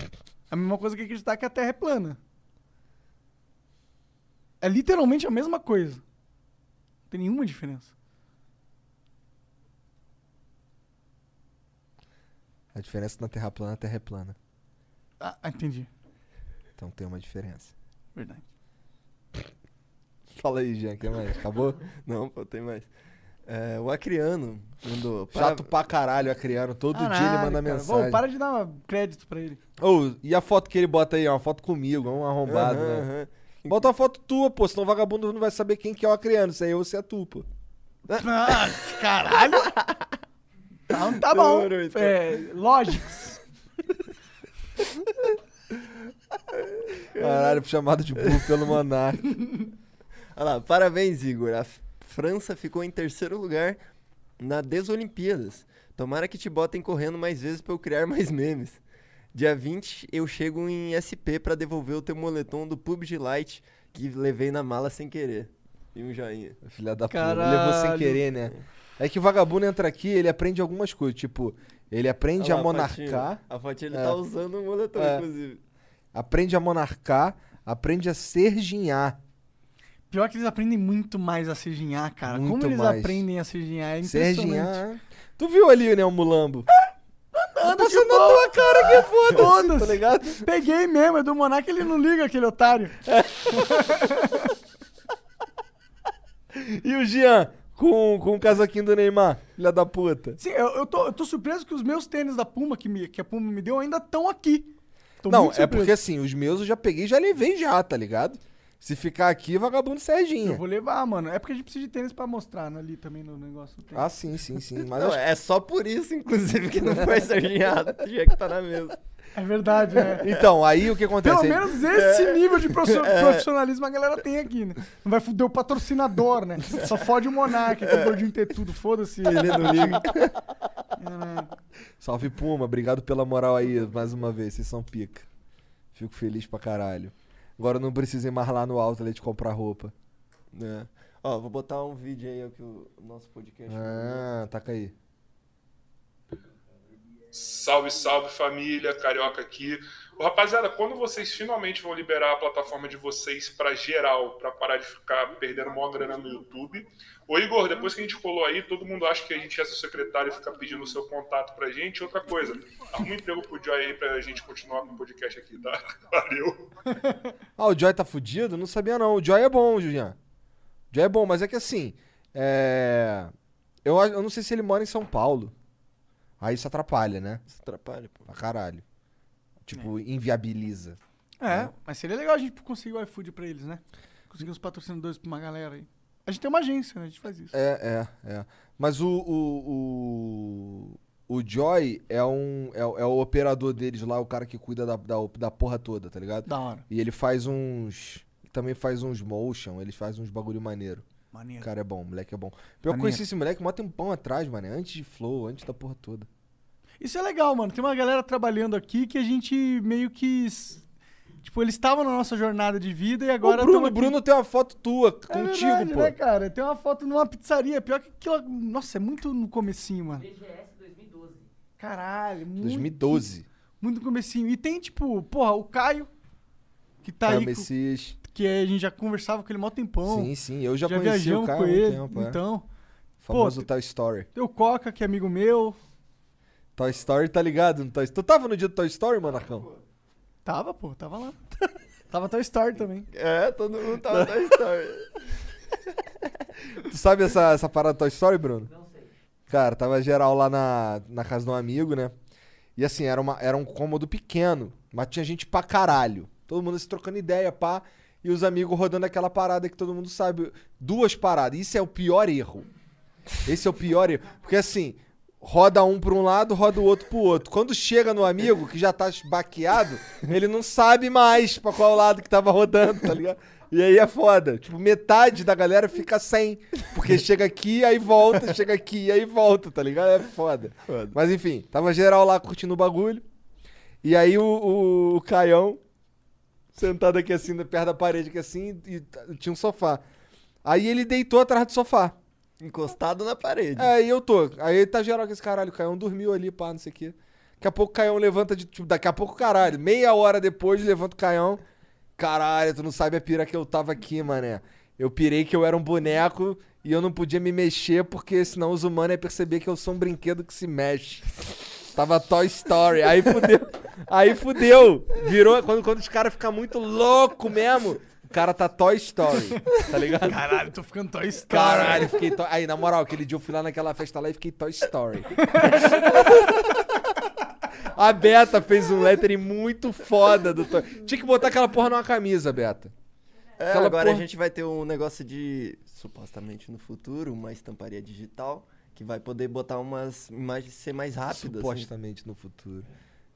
É A mesma coisa que acreditar que a Terra é plana. É literalmente a mesma coisa. Não tem nenhuma diferença.
A diferença na Terra plana, a Terra é plana.
Ah, ah, entendi.
Então tem uma diferença.
Verdade.
Fala aí, Jean, que mais? Acabou?
Não, pô, tem mais. É, o Acriano mandou.
Chato
"Para-
pra caralho, Acriano. Todo dia ele manda
Caralho, cara.
mensagem.
Ô, para de dar crédito pra ele.
Ô, e a foto que ele bota aí? ó, Uma foto comigo, é um arrombado,
Aham,
né?
aham.
Bota uma foto tua, pô, senão o vagabundo não vai saber quem que é o Acriano. Se é eu, se é tu, pô.
Nossa, caralho! Então tá bom.
Demorou, então.
É, Logics.
Caralho, fui chamado de burro pelo Monarca.
Olha lá, parabéns, Igor. A F- França ficou em terceiro lugar na Desolimpíadas. Tomara que te botem correndo mais vezes pra eu criar mais memes. Dia 20 eu chego em SP pra devolver o teu moletom do PUBG Lite que levei na mala sem querer. E um joinha.
Filha da puta,
Caralho.
levou sem querer, né? É que o vagabundo entra aqui, ele aprende algumas coisas. Tipo, ele aprende
Olha
a
lá,
monarcar,
fotinho. A fotinha ele
É.
tá usando o moletom,
É.
inclusive.
aprende a monarcar, aprende a serginhar.
Pior que eles aprendem muito mais a se ginhar, cara. Como
Muito
eles
mais.
aprendem a se ginhar é impressionante.
Serginhar. Tu viu ali, né, o mulambo?
Anda de
Passou na
boa.
tua cara que foda-se,
Foda-se.
tá ligado?
Peguei mesmo, é do Monark, ele não liga aquele otário.
E o Jean, com, com o casaquinho do Neymar, filha da puta.
Sim, eu, eu tô, eu tô surpreso que os meus tênis da Puma, que, me- que a Puma me deu, ainda estão aqui. Tô
não,
muito
é
surpreso.
porque assim, os meus eu já peguei e já levei já, tá ligado? Se ficar aqui, vagabundo Serginha.
Eu vou levar, mano. É porque a gente precisa de tênis pra mostrar né, ali também no negócio. do tênis.
Ah, sim, sim, sim. Mas
Não,
acho-
é só por isso, inclusive, que não foi sarginhado. Já que tá na mesa.
É verdade, né?
Então, aí o que acontece?
Pelo
Aí- É.
menos esse nível de profi- profissionalismo a galera tem aqui, né? Não vai foder o patrocinador, né? Só fode o Monark, que é o gordinho ter tudo, foda-se.
é
Ele não liga.
Salve Puma, obrigado pela moral aí mais uma vez, vocês são pica. Fico feliz pra caralho. Agora eu não preciso ir mais lá no outlet comprar roupa.
É. Ó, vou botar um vídeo aí ó, que o nosso podcast.
Ah, taca aí.
Salve, salve família, Carioca aqui. Ô, Rapaziada, quando vocês finalmente vão liberar a plataforma de vocês pra geral, pra parar de ficar perdendo maior grana no YouTube? Ô Igor, depois que a gente colou aí, todo mundo acha que a gente é seu secretário e fica pedindo o seu contato pra gente. Outra coisa, arruma um emprego pro Joy aí pra gente continuar com o podcast aqui, tá? Valeu.
Ah, o Joy tá fudido? Não sabia não. O Joy é bom, Julian. O Joy é bom, mas é que assim. É. Eu, a- eu não sei se ele mora em São Paulo. Aí isso atrapalha, né?
Isso atrapalha, pô.
Pra caralho. Tipo, inviabiliza.
É, mas seria legal a gente conseguir o iFood pra eles, né? Conseguir uns patrocinadores pra uma galera aí. A gente tem uma agência, né? A gente faz isso.
É, é, é. Mas o. O, o, o Joy é um. É, o- é o operador deles lá, o cara que cuida da, da, da porra toda, tá ligado?
Da hora.
E ele faz uns. Ele também faz uns motion, ele faz uns bagulho maneiro. O
Maneiro.
cara é bom, o moleque é bom. Pior que eu
Maneiro.
conheci esse moleque mó tempão atrás, mano. Antes de Flow, antes da porra toda.
Isso é legal, mano. Tem uma galera trabalhando aqui que a gente meio que. s- Tipo, eles estavam na nossa jornada de vida e agora.
o Bruno,
tamo aqui.
Bruno tem uma foto tua
É
contigo,
verdade,
pô.
né, cara? Tem uma foto numa pizzaria. Pior que aquilo. Nossa, é muito no comecinho, mano.
BGS 2012.
Caralho, muito.
2012.
Muito no comecinho. E tem, tipo, porra, o Caio, que tá
Cara,
aí, co-
Messias.
que a gente já conversava com ele mó tempão.
Sim, sim. Eu já,
já
conheci o
viajamos
cara há
com
um
ele.
tempo. é.
então,
Famoso
tem-
Toy Story.
tem o Coca, que é amigo meu.
Toy Story, tá ligado? No Toy Story. Tu tava no dia do Toy Story, Monarcão?
Tava, pô, tava lá. tava Toy Story também.
É, todo mundo tá tava na história.
Tu sabe essa, essa parada do Toy Story, Bruno?
Não sei.
Cara, tava geral lá na, na casa de um amigo, né? E assim, era, uma, era um cômodo pequeno, mas tinha gente pra caralho. Todo mundo se trocando ideia, pá. E os amigos rodando aquela parada que todo mundo sabe. Duas paradas. Isso é o pior erro. Esse é o pior erro. Porque assim, roda um pra um lado, roda o outro pro outro. Quando chega no amigo, que já tá baqueado, ele não sabe mais pra qual lado que tava rodando, tá ligado? E aí é foda. Tipo, metade da galera fica sem. Porque chega aqui, aí volta, chega aqui, aí volta, tá ligado? É foda. Mas enfim, tava geral lá curtindo o bagulho. E aí o, o, o Caião, sentado aqui assim, perto da parede, aqui assim, e t- tinha um sofá. Aí ele deitou atrás do sofá.
Encostado na parede.
É, e eu tô. Aí tá geral com esse caralho. O Caião dormiu ali, pá, não sei o quê. Daqui a pouco o Caião levanta de. Tipo, daqui a pouco, caralho. Meia hora depois, levanta o Caião. Caralho, tu não sabe a pira que eu tava aqui, mané. Eu pirei que eu era um boneco e eu não podia me mexer, porque senão os humanos iam perceber que eu sou um brinquedo que se mexe. Tava Toy Story. Aí fudeu. Aí fudeu. Virou. Quando, quando os caras ficam muito louco mesmo, o cara tá Toy Story. Tá ligado?
Caralho, tô ficando Toy Story.
Caralho, fiquei. To... Aí, na moral, aquele dia eu fui lá naquela festa lá e fiquei Toy Story. A Beta fez um lettering muito foda do Toy. Tinha que botar aquela porra numa camisa, Beta.
É,
Aquela
agora
porra-
a gente vai ter um negócio de, supostamente no futuro, uma estamparia digital que vai poder botar umas imagens ser mais rápidas. assim.
Supostamente no futuro.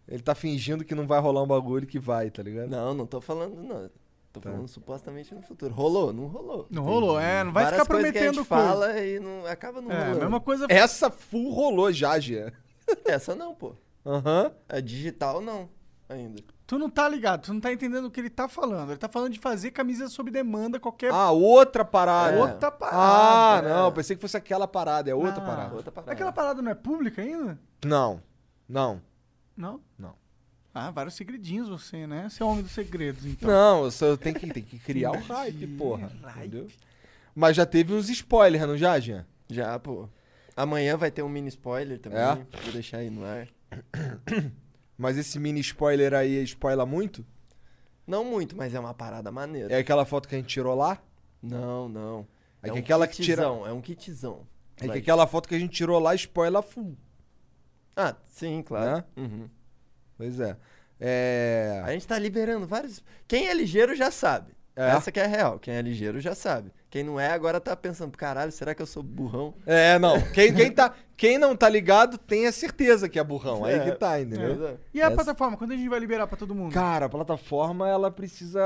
Ele tá fingindo que não vai rolar um bagulho que vai, tá
né?
ligado?
Não, não tô falando, não. Tô falando supostamente no futuro. Rolou? Não rolou.
Tá. Não rolou, é. Não vai
Várias
ficar
coisas que a
prometendo
gente
coisa.
fala e não, acaba não
É, a
rolando.
mesma coisa.
Essa full rolou já, Gia.
Essa não, pô.
Aham.
A digital não, ainda.
Tu não tá ligado, tu não tá entendendo o que ele tá falando. Ele tá falando de fazer camisa sob demanda, qualquer
Ah, outra parada.
outra
Ah,
parada.
não. Pensei que fosse aquela parada. É outra
Ah.
parada.
Outra parada.
Aquela parada não é pública ainda?
Não. Não.
Não?
Não.
Ah, vários segredinhos você, né? Você é homem dos segredos, então.
Não, eu só tenho que, tem que criar o hype, porra. Entendeu? Mas já teve uns spoilers, não já, Jean?
Já, pô. Amanhã vai ter um mini spoiler também.
É?
Vou deixar aí no ar.
Mas esse mini spoiler aí spoila muito?
Não muito, mas é uma parada maneira.
É aquela foto que a gente tirou lá?
Não, não.
É que aquela que tira-
kitzão, É um kitzão.
É que
Vai.
aquela foto que a gente tirou lá spoila full.
Ah, sim, claro.
Né?
Uhum.
Pois é. É.
A gente tá liberando vários. Quem é ligeiro já sabe.
É.
Essa que é a real. Quem é ligeiro já sabe. Quem não é, agora tá pensando, caralho, será que eu sou burrão?
É, não. Quem, quem tá, quem não tá ligado tem a certeza que é burrão. Aí
É.
que tá, entendeu?
Entendeu?
E a
Essa-
plataforma, quando a gente vai liberar pra todo mundo?
Cara, a plataforma ela precisa.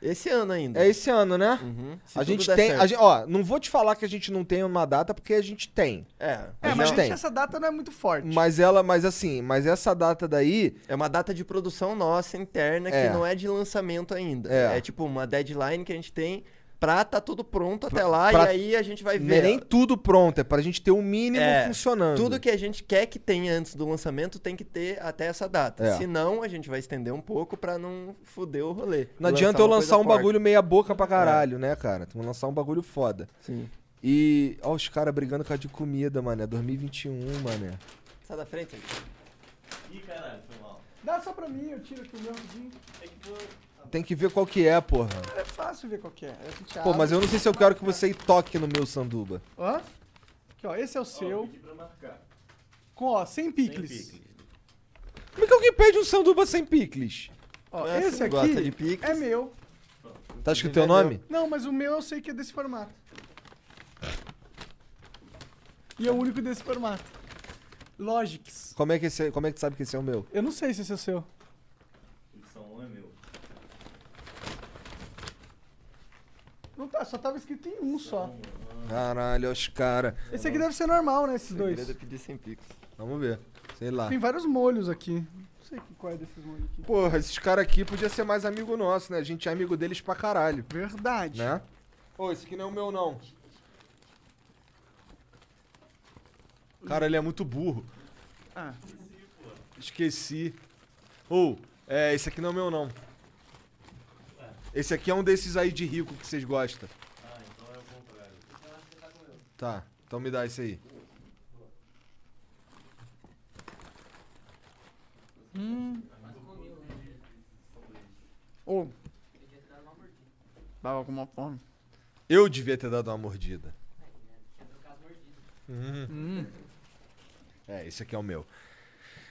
Esse ano ainda.
É esse ano, né?
Uhum. Se
A
tudo
gente
der
tem.
certo.
a gente- ó, não vou te falar que a gente não tem uma data, porque a gente tem.
É,
é,
a
mas
gente
deixa
tem.
essa data não é muito forte.
Mas ela, mas assim, mas essa data daí.
É uma data de produção nossa interna
É.
que não é de lançamento ainda.
É.
É. tipo uma deadline que a gente tem pra tá tudo pronto até lá
pra-
e aí a gente vai
Não é
ver.
nem tudo pronto, é pra gente ter o mínimo
É,
funcionando.
Tudo que a gente quer que tenha antes do lançamento tem que ter até essa data.
É.
Senão a gente vai estender um pouco pra não foder o rolê.
Não adianta eu
uma
lançar
coisa É.
um
porca.
bagulho meia boca pra caralho, né, cara? Tu vai lançar um bagulho foda.
Sim.
E. Ó, os caras brigando com a de comida, mané. 2021, mané.
Sai da frente. gente.
Ih, caralho, foi mal.
Dá só pra mim, eu tiro aqui o meu rapidinho.
É que tu...
Tem que ver qual que é, porra.
É fácil ver qual que é. A gente
Pô,
abre.
mas eu não sei se eu quero que você toque no meu sanduba.
Hã? Aqui, ó, esse é o seu.
Pedi pra marcar.
Com, ó, 100
Tem
picles.
pique.
Como é que alguém pede um sanduba sem picles?
Ó,
Mas
esse
você
aqui
não gosta de picles?
é meu.
Tá escrito teu nome?
Não, mas o meu eu sei que é desse formato. E é o único desse formato. Logics.
Como é, que esse, como é que tu sabe que esse é o meu?
Eu não sei se esse é o seu.
Edição 1 é meu.
Não tá, só tava escrito em um só.
Caralho, os caras.
Esse aqui deve ser normal, né? Esses dois.
Segredo é pedir sem pix.
Vamos ver. Sei lá.
Tem vários molhos aqui. Não sei que- qual é desses molhos aqui.
Porra, esses caras aqui podia ser mais amigo nosso, né? A gente é amigo deles pra caralho,
Verdade.
né? Ô, esse aqui não é o meu, não. Cara, ele é muito burro.
Ah.
Esqueci. Ou, é, esse aqui não é o meu, não. Esse aqui é um desses aí de rico que vocês gostam. Tá, então me dá esse aí.
Hum. Ou. Tava com uma fome.
Eu devia ter dado uma mordida.
Hum.
Hum. É, esse aqui é o meu.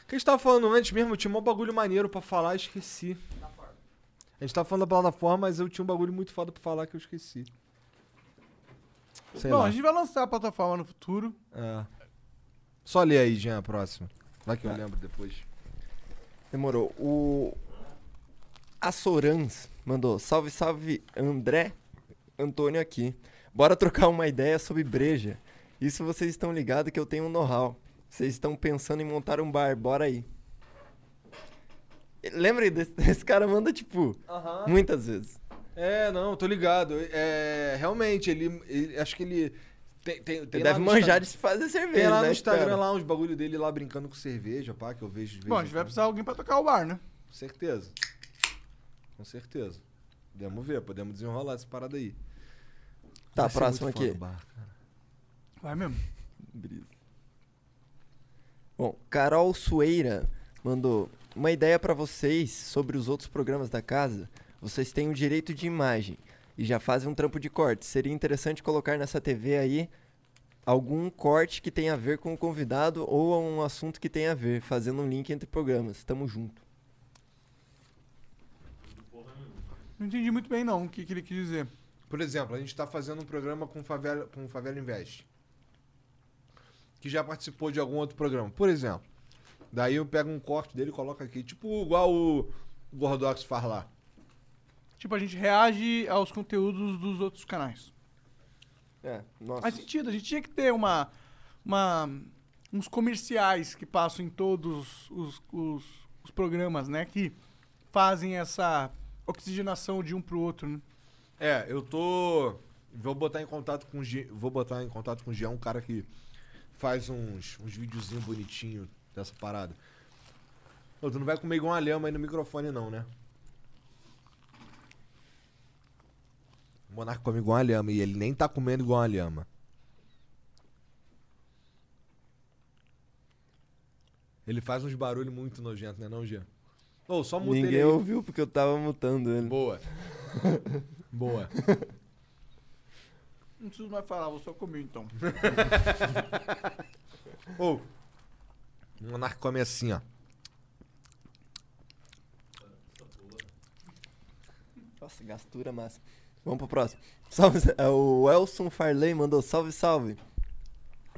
que a gente tava falando antes mesmo, eu tinha um bagulho maneiro pra falar, esqueci. A gente tava falando da plataforma, mas eu tinha um bagulho muito foda pra falar que eu esqueci. Sei
Bom,
lá.
a gente vai lançar a plataforma no futuro.
É. Só lê aí, Jean, a próxima. Vai que eu lembro depois.
Demorou. O Assorans mandou: Salve, salve, André Antônio aqui. Bora trocar uma ideia sobre breja. Isso vocês estão ligados que eu tenho um know-how. Vocês estão pensando em montar um bar, bora aí. Lembrem desse, esse cara manda tipo muitas vezes.
É, não, tô ligado. É, realmente, ele, ele- Acho que ele. Tem, tem, tem
Ele
lá
deve
no
manjar
Insta-
de se fazer cerveja.
Tem lá
né,
no
esse cara?
Instagram lá uns bagulho dele lá brincando com cerveja, pá, que eu vejo de vez
Bom, a
em
gente vai
quando.
precisar de alguém pra tocar o bar, né?
Com certeza. Com certeza. Podemos ver, podemos desenrolar essa parada aí.
Tá,
Vai ser
próximo
muito foda
aqui.
o bar, cara.
Vai mesmo.
Brisa. Bom, Carol Sueira mandou uma ideia pra vocês sobre os outros programas da casa. Vocês têm o direito de imagem e já fazem um trampo de corte. Seria interessante colocar nessa TV aí algum corte que tenha a ver com o convidado ou a um assunto que tenha a ver, fazendo um link entre programas. Tamo junto.
Não entendi muito bem, não, o que, que ele quis dizer.
Por exemplo, a gente tá fazendo um programa com Favela, com Favela Invest. Que já participou de algum outro programa. Por exemplo. Daí eu pego um corte dele e coloco aqui. Tipo igual o Gordox faz lá.
Tipo, a gente reage aos conteúdos dos outros canais.
É, nossa.
Faz sentido, a gente tinha que ter uma. uma uns comerciais que passam em todos os, os- os programas, né? Que fazem essa oxigenação de um pro outro, né?
É, eu tô. Vou botar em contato com o Gi- Vou botar em contato com o Jean, um cara que faz uns, uns videozinhos bonitinhos dessa parada. Ô, tu não vai comer igual uma lhama aí no microfone, não, né? O Monarca come igual uma lhama e ele nem tá comendo igual uma lhama. Ele faz uns barulhos muito nojentos, né, não, Jean? Ô, só muta ele
Ninguém
aí.
ouviu porque eu tava mutando ele.
Boa. Boa.
Não preciso mais falar, vou só comer então.
Ou. O Monark come assim, ó.
Nossa, gastura massa. Vamos pro próximo. Salve, é, o Elson Farley mandou salve, salve.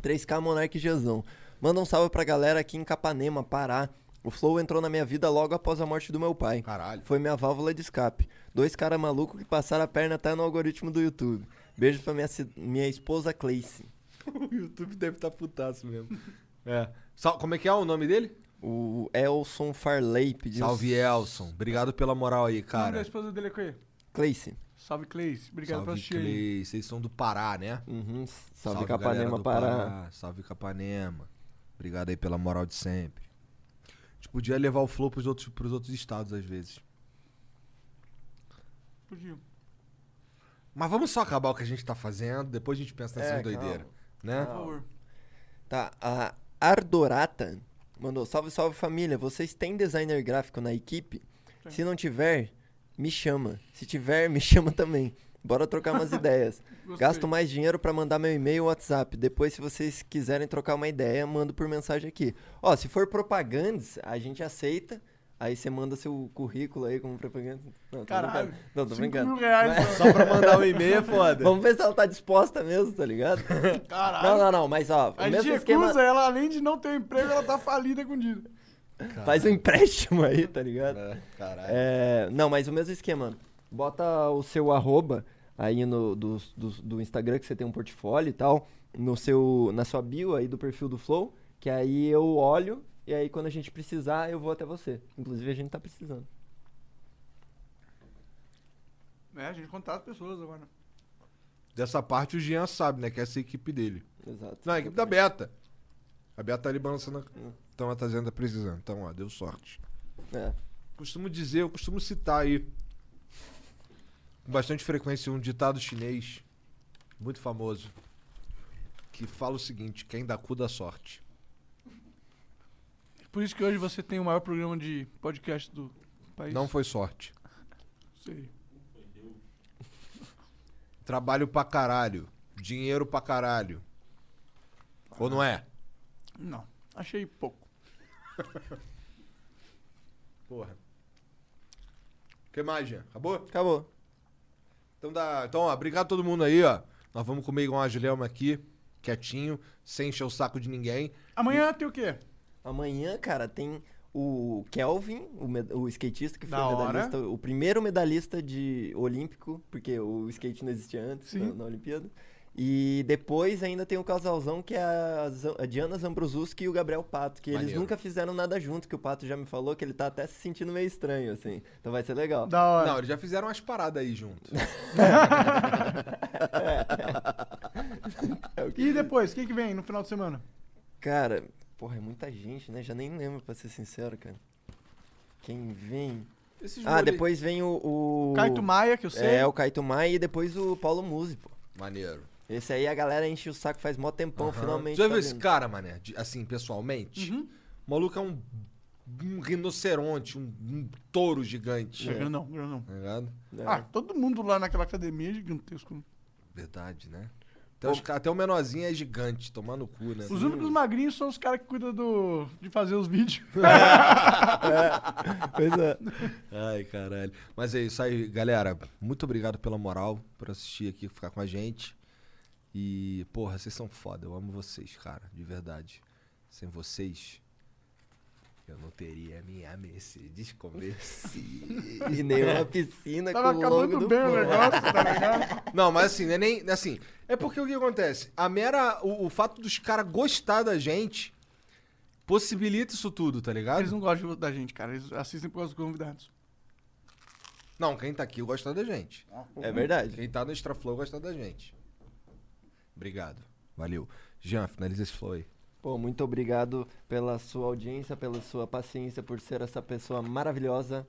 3K Monark Jezão. Manda um salve pra galera aqui em Capanema, Pará. O Flow entrou na minha vida logo após a morte do meu pai.
Caralho.
Foi minha válvula de escape. Dois cara maluco que passaram a perna até no algoritmo do YouTube. Beijo pra minha, ci- minha esposa Clayce.
O YouTube deve estar tá putaço mesmo. É. Sal- como é que é o nome dele?
O Elson Farley pediu.
Salve Elson. Obrigado pela moral aí,
O nome da
cara.
esposa dele é Clay.
Clayce.
Salve, Cleis. Obrigado por
Salve
assistir aí.
Clay. Vocês são do Pará, né?
Uhum. Salve,
galera
Capanema,
do
Pará.
Salve Capanema. Obrigado aí pela moral de sempre. A gente podia levar o flow pros outros, pros outros estados às vezes.
Podia.
Mas vamos só acabar o que a gente tá fazendo, depois a gente pensa nessas
É,
doideiras.
calma.
Né?
Por favor.
Tá, a Ardorata mandou: Salve, salve família, vocês têm designer gráfico na equipe? Se não tiver, me chama. Se tiver, me chama também. Bora trocar umas ideias.
Gostei.
Gasto mais dinheiro pra mandar meu e-mail ou WhatsApp. Depois, se vocês quiserem trocar uma ideia, mando por mensagem aqui. Ó, se for propagandas, a gente aceita. Aí você manda seu currículo aí como propaganda. Não, tô
Caralho,
brincando. Não, tô
Cinco
brincando.
mil reais, mano.
Só pra mandar o e-mail é foda.
Vamos ver se ela tá disposta mesmo, tá ligado?
Caralho.
Não, não, não, mas ó, o
A gente
mesmo
recusa,
esquema.
ela além de não ter emprego, ela tá falida com dinheiro.
Tá.
Faz um empréstimo aí, tá ligado?
né? Caralho.
É, não, mas o mesmo esquema. Bota o seu arroba aí no, do, do, do Instagram que você tem um portfólio e tal, no seu, na sua bio aí do perfil do Flow, que aí eu olho e aí quando a gente precisar eu vou até você. Inclusive a gente tá precisando.
É, a gente contata as pessoas agora.
Dessa parte o Jean sabe, né? Que essa é a equipe dele.
Exato.
Não, a equipe tá da Beta. A Beta tá ali balançando. a- Então ela tá dizendo tá precisando. Então, ó, deu sorte.
Hum. É.
Costumo dizer, eu costumo citar aí com bastante frequência um ditado chinês muito famoso que fala o seguinte: quem dá cu dá sorte.
Por isso que hoje você tem o maior programa de podcast do país.
Não foi sorte.
sei.
Trabalho pra caralho. Dinheiro pra caralho. Ou não é?
Não. Achei pouco.
Porra. Que mais, Jean? Acabou?
Acabou.
Então, dá... então ó, obrigado a todo mundo aí, ó. Nós vamos comer igual uma gilema aqui, quietinho, sem encher o saco de ninguém.
Amanhã tem o quê?
Amanhã, cara, tem o Kelvin, o, med- o skatista que foi
Da
o
hora.
medalhista, o primeiro medalhista de olímpico, porque o skate não existia antes
Sim.
na, na Olimpíada. E depois ainda tem o casalzão que é a, Zam- a Diana Zambruzuski e o Gabriel Pato, que eles
Maneiro.
nunca fizeram nada junto, que o Pato já me falou que ele tá até se sentindo meio estranho, assim. Então vai ser legal.
Da hora.
Não, eles já fizeram umas paradas aí junto.
É.
E depois, quem que vem no final de semana?
Cara, porra, é muita gente, né? Já nem lembro, pra ser sincero, cara. Quem vem?
Esses
Ah,
rolê-
depois vem o... o...
Caito Maia, que eu sei.
É, o Caito Maia e depois o Paulo Musi, pô.
Maneiro.
Esse aí a galera enche o saco faz mó tempão, finalmente.
Já
tá
viu esse
vindo. Uhum.
cara, mané? De- assim, pessoalmente? O maluco é um, um rinoceronte, um, um touro gigante.
É.
Não, É grandão, grandão.
Tá ligado?
Ah, todo mundo lá naquela academia é gigantesco.
Verdade, né? Até, os ca- até o menorzinho é gigante, tomar no cu, né?
Os únicos magrinhos são os caras que cuidam do, de fazer os vídeos.
Pois é.
Ai, caralho. Mas é isso aí, galera. Muito obrigado pela moral, por assistir aqui, ficar com a gente. E, porra, vocês são foda. Eu amo vocês, cara, de verdade. Sem vocês, eu não teria minha Mercedes comercial.
E nem uma piscina
É. Tava
É com o logo
acabando
do
bem o
Puma.
negócio, tá ligado?
Não, mas assim, não é nem. Assim, é porque o que acontece? A mera. O, o fato dos caras gostar da gente possibilita isso tudo, tá ligado?
Eles não gostam de- da gente, cara. Eles assistem por causa dos convidados.
Não, quem tá aqui gosta da gente.
É verdade.
Quem tá no Extra Flow gosta da gente. Obrigado. Valeu. Jean, finaliza esse flow aí.
Pô, muito obrigado pela sua audiência, pela sua paciência, por ser essa pessoa maravilhosa.